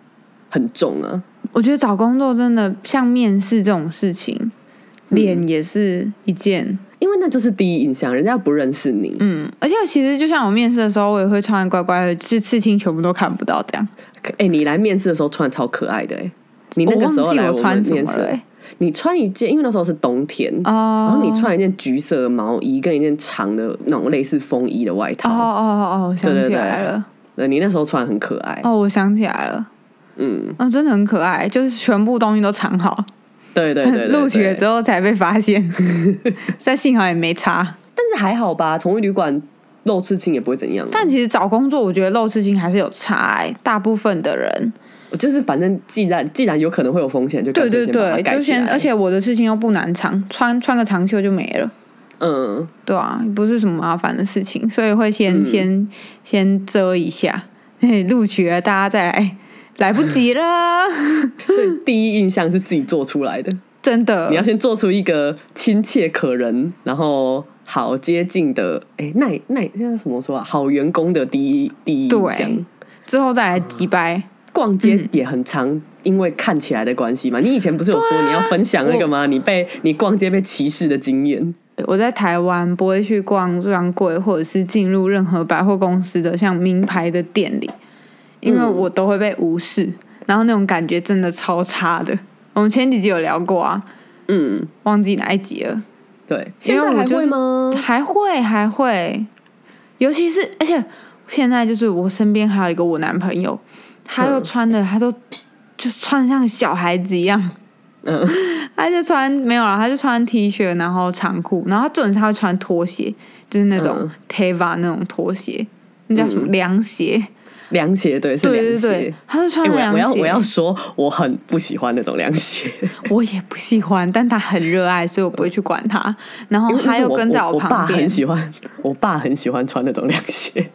Speaker 3: 很重啊。
Speaker 2: 我觉得找工作真的像面试这种事情，
Speaker 3: 嗯
Speaker 2: 脸也是一件，
Speaker 3: 因为那就是第一印象，人家不认识你，
Speaker 2: 嗯，而且其实就像我面试的时候，我也会穿得乖乖的，就是刺青全部都看不到这样。
Speaker 3: 哎、你来面试的时候穿得超可爱的、哎，你那个
Speaker 2: 我
Speaker 3: 时候
Speaker 2: 忘记
Speaker 3: 来
Speaker 2: 我
Speaker 3: 们
Speaker 2: 穿什
Speaker 3: 面
Speaker 2: 么了、
Speaker 3: 试
Speaker 2: 欸，
Speaker 3: 你穿一件，因为那时候是冬天，然
Speaker 2: 哦
Speaker 3: 后你穿一件橘色的毛衣跟一件长的那种类似风衣的外
Speaker 2: 哦
Speaker 3: 套，
Speaker 2: 哦哦哦，想
Speaker 3: 对
Speaker 2: 起
Speaker 3: 对对
Speaker 2: 来了，
Speaker 3: 呃，你那时候穿很可爱，
Speaker 2: 哦，我想起来了，
Speaker 3: 嗯，
Speaker 2: 哦，真的很可爱，就是全部东西都藏好，
Speaker 3: 对对对对
Speaker 2: 录取了之
Speaker 3: 后，
Speaker 2: 后才被发现， (laughs) 但幸好也没差。
Speaker 3: 但是还好吧，宠物旅馆露刺青也不会怎样啊，
Speaker 2: 但其实找工作，我觉得露刺青还是有差、欸，大部分的人，
Speaker 3: 就是反正既然既然有可能会有风险，就干
Speaker 2: 对
Speaker 3: 脆
Speaker 2: 对
Speaker 3: 把它
Speaker 2: 对，
Speaker 3: 盖
Speaker 2: 就
Speaker 3: 起
Speaker 2: 先，
Speaker 3: 来
Speaker 2: 而且我的刺青又不难藏，穿穿个长袖就没了，
Speaker 3: 嗯，
Speaker 2: 对啊，不是什么麻烦的事情，所以会先、
Speaker 3: 嗯
Speaker 2: 先先遮一下，嘿录取了大家再来，来不及
Speaker 3: (laughs)
Speaker 2: 了，
Speaker 3: 所以第一印象是自己做出来的，
Speaker 2: 真的
Speaker 3: (laughs) 你，要先做出一个亲切可人，然后好接近的，哎、耐耐那叫什么说啊？好员工的第一第一印
Speaker 2: 对
Speaker 3: 象。，
Speaker 2: 之后再来击败。
Speaker 3: 逛街也很常因为看起来的关
Speaker 2: 嗯
Speaker 3: 系嘛。你以前不是有说你要分享那个吗？
Speaker 2: 啊
Speaker 3: 你被你逛街被歧视的经验，
Speaker 2: 我在台湾不会去逛专柜，或者是进入任何百货公司的像名牌的店里，因为
Speaker 3: 嗯
Speaker 2: 我都会被无视，然后那种感觉真的超差的。我们前几集有聊过啊，
Speaker 3: 嗯，
Speaker 2: 忘记哪一集了，
Speaker 3: 对。
Speaker 2: 因
Speaker 3: 现
Speaker 2: 为
Speaker 3: 在
Speaker 2: 我
Speaker 3: 还
Speaker 2: 就是
Speaker 3: 会
Speaker 2: (laughs)
Speaker 3: 吗？
Speaker 2: 还会还会，尤其是而且现在就是我身边还有一个我男朋友，他又
Speaker 3: 嗯
Speaker 2: 穿的他都就穿得像小孩子一样，
Speaker 3: 嗯，
Speaker 2: 他就穿没有了，他就穿 T 恤，然后长裤，然后他重点是他会穿拖鞋，就是那种
Speaker 3: 嗯
Speaker 2: Teva 那种拖鞋，那叫什么凉鞋？
Speaker 3: 凉鞋，对，是
Speaker 2: 对
Speaker 3: 凉
Speaker 2: 对对
Speaker 3: 鞋。，
Speaker 2: 他就
Speaker 3: 哎
Speaker 2: 穿
Speaker 3: 我
Speaker 2: 凉
Speaker 3: 要我
Speaker 2: 鞋。
Speaker 3: 要我要说，我很不喜欢那种凉鞋，
Speaker 2: 我也不喜欢，但他很热爱，所以我不会去管他。然后
Speaker 3: 因为那
Speaker 2: 他
Speaker 3: 是
Speaker 2: 又
Speaker 3: 我
Speaker 2: 哦跟在
Speaker 3: 我我爸
Speaker 2: 旁边
Speaker 3: 很。喜欢，我爸很喜欢穿那种凉鞋。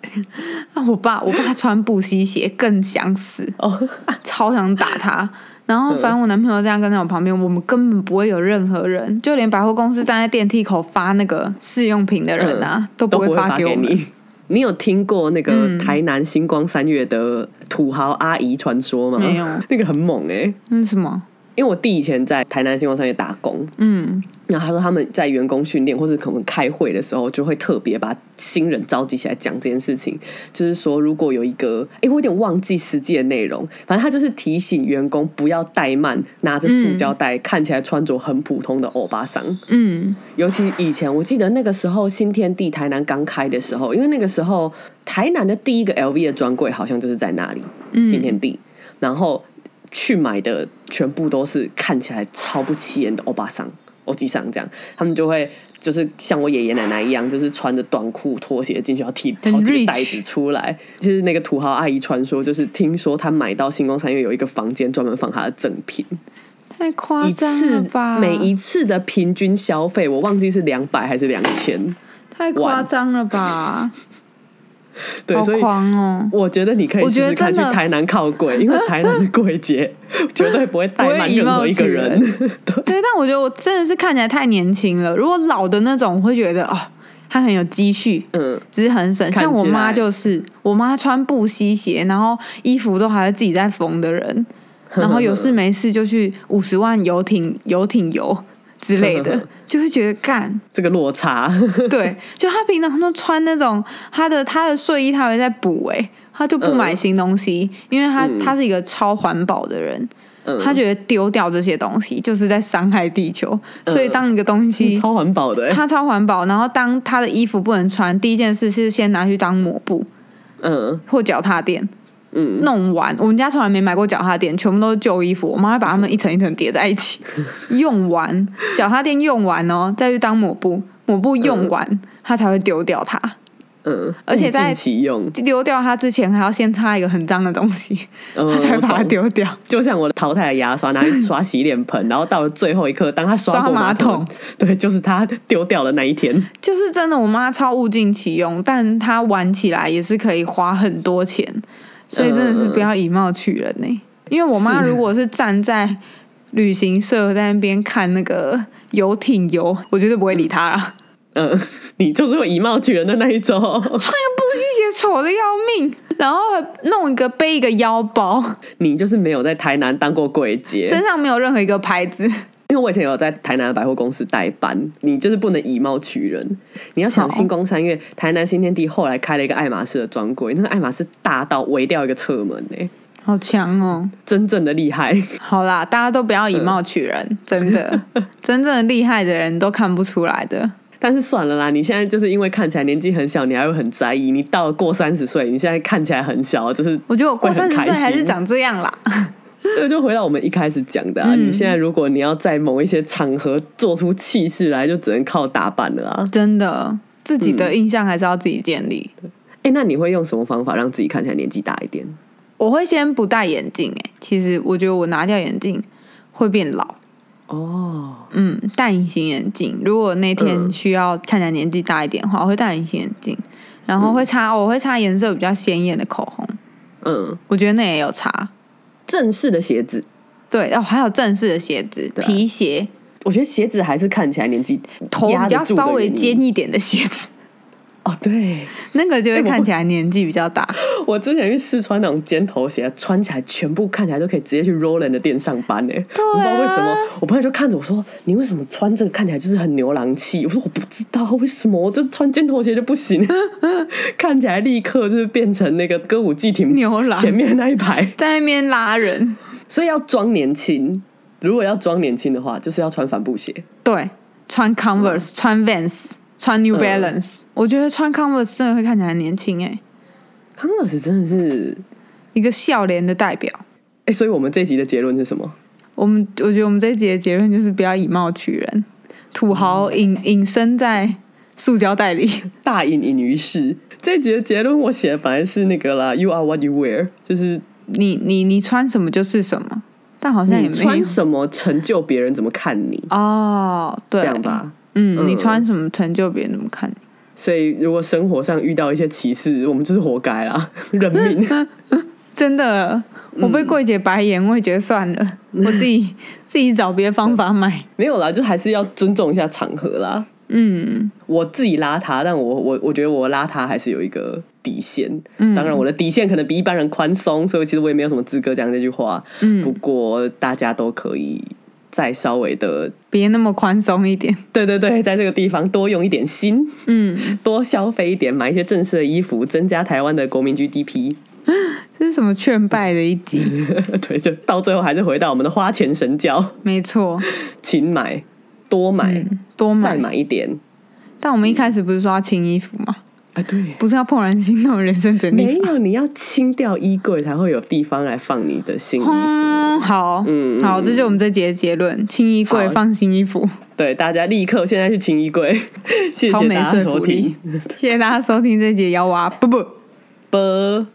Speaker 2: 啊我爸，我爸穿布鞋鞋更想死，
Speaker 3: (laughs) 哦，
Speaker 2: 超想打他。然
Speaker 3: 嗯
Speaker 2: 后反正我男朋友这样跟在我旁边，我们根本不会有任何人，就连百货公司站在电梯口发那个试用品的人啊， (laughs) 都不
Speaker 3: 嗯哦都
Speaker 2: 会
Speaker 3: 会
Speaker 2: 发
Speaker 3: 发
Speaker 2: 给我们。嗯
Speaker 3: 你。你有听过那个台南星光三月的土豪阿姨传说吗？
Speaker 2: 没有
Speaker 3: (laughs) 那个很猛哎、
Speaker 2: 那是什么？
Speaker 3: 因为我弟以前在台南星光三月打工，
Speaker 2: 嗯，
Speaker 3: 然后他说他们在员工训练或是可能开会的时候，就会特别把新人召集起来讲这件事情。就是说，如果有一个，哎，我有点忘记实际的内容，反正他就是提醒员工不要怠慢，拿着塑胶袋、看起来穿着很普通的欧巴桑。
Speaker 2: 嗯，
Speaker 3: 尤其以前，我记得那个时候新天地台南刚开的时候，因为那个时候台南的第一个 LV 的专柜好像就是在那里，
Speaker 2: 嗯
Speaker 3: 新天地，然后去买的全部都是看起来超不起眼的欧巴桑、欧吉桑这样，他们就会就是像我爷爷奶奶一样，就是穿着短裤、拖鞋进去，要提
Speaker 2: 很
Speaker 3: 好几
Speaker 2: rich
Speaker 3: 个袋子出来。就是那个土豪阿姨传说，就是听说她买到星光三月有一个房间专门放她的赠品，
Speaker 2: 太夸
Speaker 3: 一
Speaker 2: 张了
Speaker 3: 次
Speaker 2: 吧？
Speaker 3: 每一次的平均消费，我忘记是两百还是两千。
Speaker 2: 太夸张了吧？
Speaker 3: (laughs) 对，
Speaker 2: 好
Speaker 3: 所以
Speaker 2: 狂
Speaker 3: (laughs)
Speaker 2: 哦！
Speaker 3: 我觉得你可以
Speaker 2: 我觉
Speaker 3: 试
Speaker 2: 得
Speaker 3: 试看去
Speaker 2: 真的
Speaker 3: 台南靠柜，因为台南的柜姐 (laughs) 绝对不会怠慢任何一个人。
Speaker 2: 不
Speaker 3: 对，
Speaker 2: 对，但我觉得我真的是看起来太年轻了。如果老的那种，我会觉得哦，他很有积蓄，
Speaker 3: (laughs) 嗯，
Speaker 2: 只是很省。
Speaker 3: 看起来
Speaker 2: 像我妈就是，我妈穿布西鞋，然后衣服都还是自己在缝的
Speaker 3: (laughs)
Speaker 2: 人，然后有事没事就去五十万游艇游艇游之类
Speaker 3: (laughs)
Speaker 2: 的，就会觉得干
Speaker 3: 这个落差， (laughs)
Speaker 2: (laughs) 对，就他平常都穿那种他的他的睡衣，他会在补哎、欸他就不买
Speaker 3: 嗯
Speaker 2: 新东西，因为他、
Speaker 3: 嗯
Speaker 2: 他是一个超环保的人，
Speaker 3: 嗯，
Speaker 2: 他觉得丢掉这些东西就是在伤害地球，所以
Speaker 3: 嗯
Speaker 2: 当一个东西。
Speaker 3: 超环保的、欸，
Speaker 2: (laughs) 他超环保，然后当他的衣服不能穿，第一件事是先拿去当抹布
Speaker 3: 嗯
Speaker 2: 或脚踏垫
Speaker 3: 嗯，
Speaker 2: 弄完。我们家从来没买过脚踏垫，全部都是旧衣服。我妈会把它们一层一层叠在一
Speaker 3: (laughs)
Speaker 2: 起，用完脚踏垫用完哦，再去当抹布，抹布用完，他才会丢掉它。
Speaker 3: 嗯，
Speaker 2: 而且
Speaker 3: 物
Speaker 2: 在
Speaker 3: 尽其用，
Speaker 2: 丢掉它之前，还要先擦一个很脏的东西，
Speaker 3: 嗯
Speaker 2: (laughs) 他 (laughs) 才会把它。
Speaker 3: 我懂
Speaker 2: 丢掉。
Speaker 3: 就像我淘汰的牙刷拿去刷洗脸盆，然后到了最后一刻，当他
Speaker 2: 刷
Speaker 3: 过
Speaker 2: 马
Speaker 3: 马
Speaker 2: 桶，
Speaker 3: (laughs) 对，就是他丢掉的那一天。
Speaker 2: 就是真的，我妈超物尽其用，但她玩起来也是可以花很多钱，所以真的是不要以貌取人呢、因为我妈
Speaker 3: 是
Speaker 2: 如果是站在旅行社在那边看那个游艇游，我绝对不会理
Speaker 3: (laughs)
Speaker 2: 她啦。穿
Speaker 3: 嗯，你就是会以貌取人的那一种。
Speaker 2: 一个布西鞋丑的要命，然后弄一个背一个腰包，
Speaker 3: 你就是没有在台南当过柜姐，
Speaker 2: 身上没有任何一个牌子。
Speaker 3: 因为我以前有在台南的百货公司代班，你就是不能以貌取人。你要想
Speaker 2: 好
Speaker 3: 星光三月，台南新天地后来开了一个爱马仕的专柜，那个爱马仕大到围掉一个侧门呢、欸
Speaker 2: 好强哦！
Speaker 3: 真正的厉害。 (laughs)
Speaker 2: 好啦，大家都不要以貌取人，真的，真正的厉害的人都看不出来的。
Speaker 3: 但是算了啦，你现在就是因为看起来年纪很小，你还会很在意。你到了过三十岁，你现在看起来很小，就是
Speaker 2: 我觉得我过
Speaker 3: 会
Speaker 2: 三
Speaker 3: 很
Speaker 2: 十
Speaker 3: 开
Speaker 2: 岁还是
Speaker 3: 心
Speaker 2: 长这样
Speaker 3: (laughs)
Speaker 2: 啦。
Speaker 3: 这个就回到我们一开始讲的啊，你现在如果你要在某一些场合做出气势来，就只能靠打扮了啊。
Speaker 2: 真的，自己的印象还是要自己建立。
Speaker 3: 哎，那你会用什么方法让自己看起来年纪大一点？
Speaker 2: 我会先不戴眼镜，哎，其实我觉得我拿掉眼镜会变老。
Speaker 3: 哦，
Speaker 2: 嗯，戴隐形眼镜。如果那天
Speaker 3: 嗯
Speaker 2: 需要看起来年纪大一点的话，我会戴隐形眼镜，然后会擦，哦我会擦颜色比较鲜艳的口红。
Speaker 3: 嗯，
Speaker 2: 我觉得那也有差。
Speaker 3: 正式的鞋子，
Speaker 2: 对，哦，还有正式的鞋子，
Speaker 3: 对啊
Speaker 2: 皮鞋，
Speaker 3: 我觉得鞋子还是看起来年纪
Speaker 2: 头比
Speaker 3: 压得
Speaker 2: 较
Speaker 3: 住的
Speaker 2: 稍微
Speaker 3: 原因
Speaker 2: 尖一点的鞋子，
Speaker 3: 哦，对，
Speaker 2: 那个就
Speaker 3: 哎
Speaker 2: 会
Speaker 3: 我会
Speaker 2: 看起来年纪比较
Speaker 3: (laughs)
Speaker 2: 大。
Speaker 3: 我之前去试穿那种尖头鞋，穿起来全部看起来都可以直接去 Roland 的店上班呢、我不知道为什么，我朋友就看着我说：“你为什么穿这个看起来就是很牛郎气？”我说：“我不知道为什么，我这穿尖头鞋就不行， (laughs) 看起来立刻就是变成那个歌舞伎町
Speaker 2: 牛郎
Speaker 3: 前面那一排。
Speaker 2: 在那边拉人，”
Speaker 3: 所以要装年轻，如果要装年轻的话，就是要穿帆布鞋。
Speaker 2: 对，穿 Converse，、穿 Vans，穿 New
Speaker 3: 嗯
Speaker 2: Balance，、我觉得穿 Converse 真的会看起来很年轻哎、
Speaker 3: Converse 真的是，
Speaker 2: 一个笑脸的代表。
Speaker 3: 哎、所以我们这集的结论是什么？
Speaker 2: 我们我觉得我们这一集的结论就是不要以貌取人，土豪
Speaker 3: 嗯
Speaker 2: 隐隐身在塑胶袋里。 (laughs)
Speaker 3: 大隐隐于市。这一集的结论我写的本来是那个啦，You are what you wear，就是
Speaker 2: 你你你穿什么就是什么，但好像也
Speaker 3: 你
Speaker 2: 没
Speaker 3: 穿
Speaker 2: 有
Speaker 3: 什么成就别人怎么看你，
Speaker 2: 哦，对，
Speaker 3: 这样吧。
Speaker 2: 嗯，
Speaker 3: 嗯
Speaker 2: 你穿什么成就别人怎么看你？
Speaker 3: 所以如果生活上遇到一些歧视，我们就是活该啦， (laughs) 认命。
Speaker 2: 真的，我
Speaker 3: 嗯
Speaker 2: 被柜姐白眼，我也觉得算
Speaker 3: (laughs)
Speaker 2: 了，我自己自己找别的方法买。
Speaker 3: 没有啦，就还是要尊重一下场合啦。
Speaker 2: 嗯，
Speaker 3: 我自己邋遢，但我我我觉得我邋遢还是有一个底线。
Speaker 2: 嗯
Speaker 3: 当然我的底线可能比一般人宽松，所以其实我也没有什么资格讲这句话。
Speaker 2: 嗯
Speaker 3: 不过大家都可以再稍微的，
Speaker 2: 别那么宽松一点。
Speaker 3: 对对对，在这个地方多用一点心。
Speaker 2: 嗯，
Speaker 3: 多消费一点，买一些正式的衣服，增加台湾的国民 GDP。
Speaker 2: 这是什么劝败的一集？
Speaker 3: (laughs) 对，就到最后还是回到我们的花钱神教，
Speaker 2: 没错，
Speaker 3: 勤买，多买，
Speaker 2: 嗯，多
Speaker 3: 再
Speaker 2: 买。
Speaker 3: 买一点。
Speaker 2: 但我们一开始不是说要清衣服吗？
Speaker 3: 啊，对，
Speaker 2: 不是要怦然心动的人生整
Speaker 3: 没
Speaker 2: 理法。
Speaker 3: 有，你要清掉衣柜，才会有地方来放你的新衣服。
Speaker 2: 嗯，好，
Speaker 3: 嗯嗯
Speaker 2: 好，这就是我们这节的结论：清衣柜，
Speaker 3: 好
Speaker 2: 放新衣服。
Speaker 3: 对，大家立刻现在去清衣柜。 (laughs) 谢
Speaker 2: 超
Speaker 3: 谢
Speaker 2: 没
Speaker 3: 大家
Speaker 2: 说
Speaker 3: 收
Speaker 2: 服力
Speaker 3: 听，
Speaker 2: 谢谢大家收听这节摇娃，不不。
Speaker 3: 啵。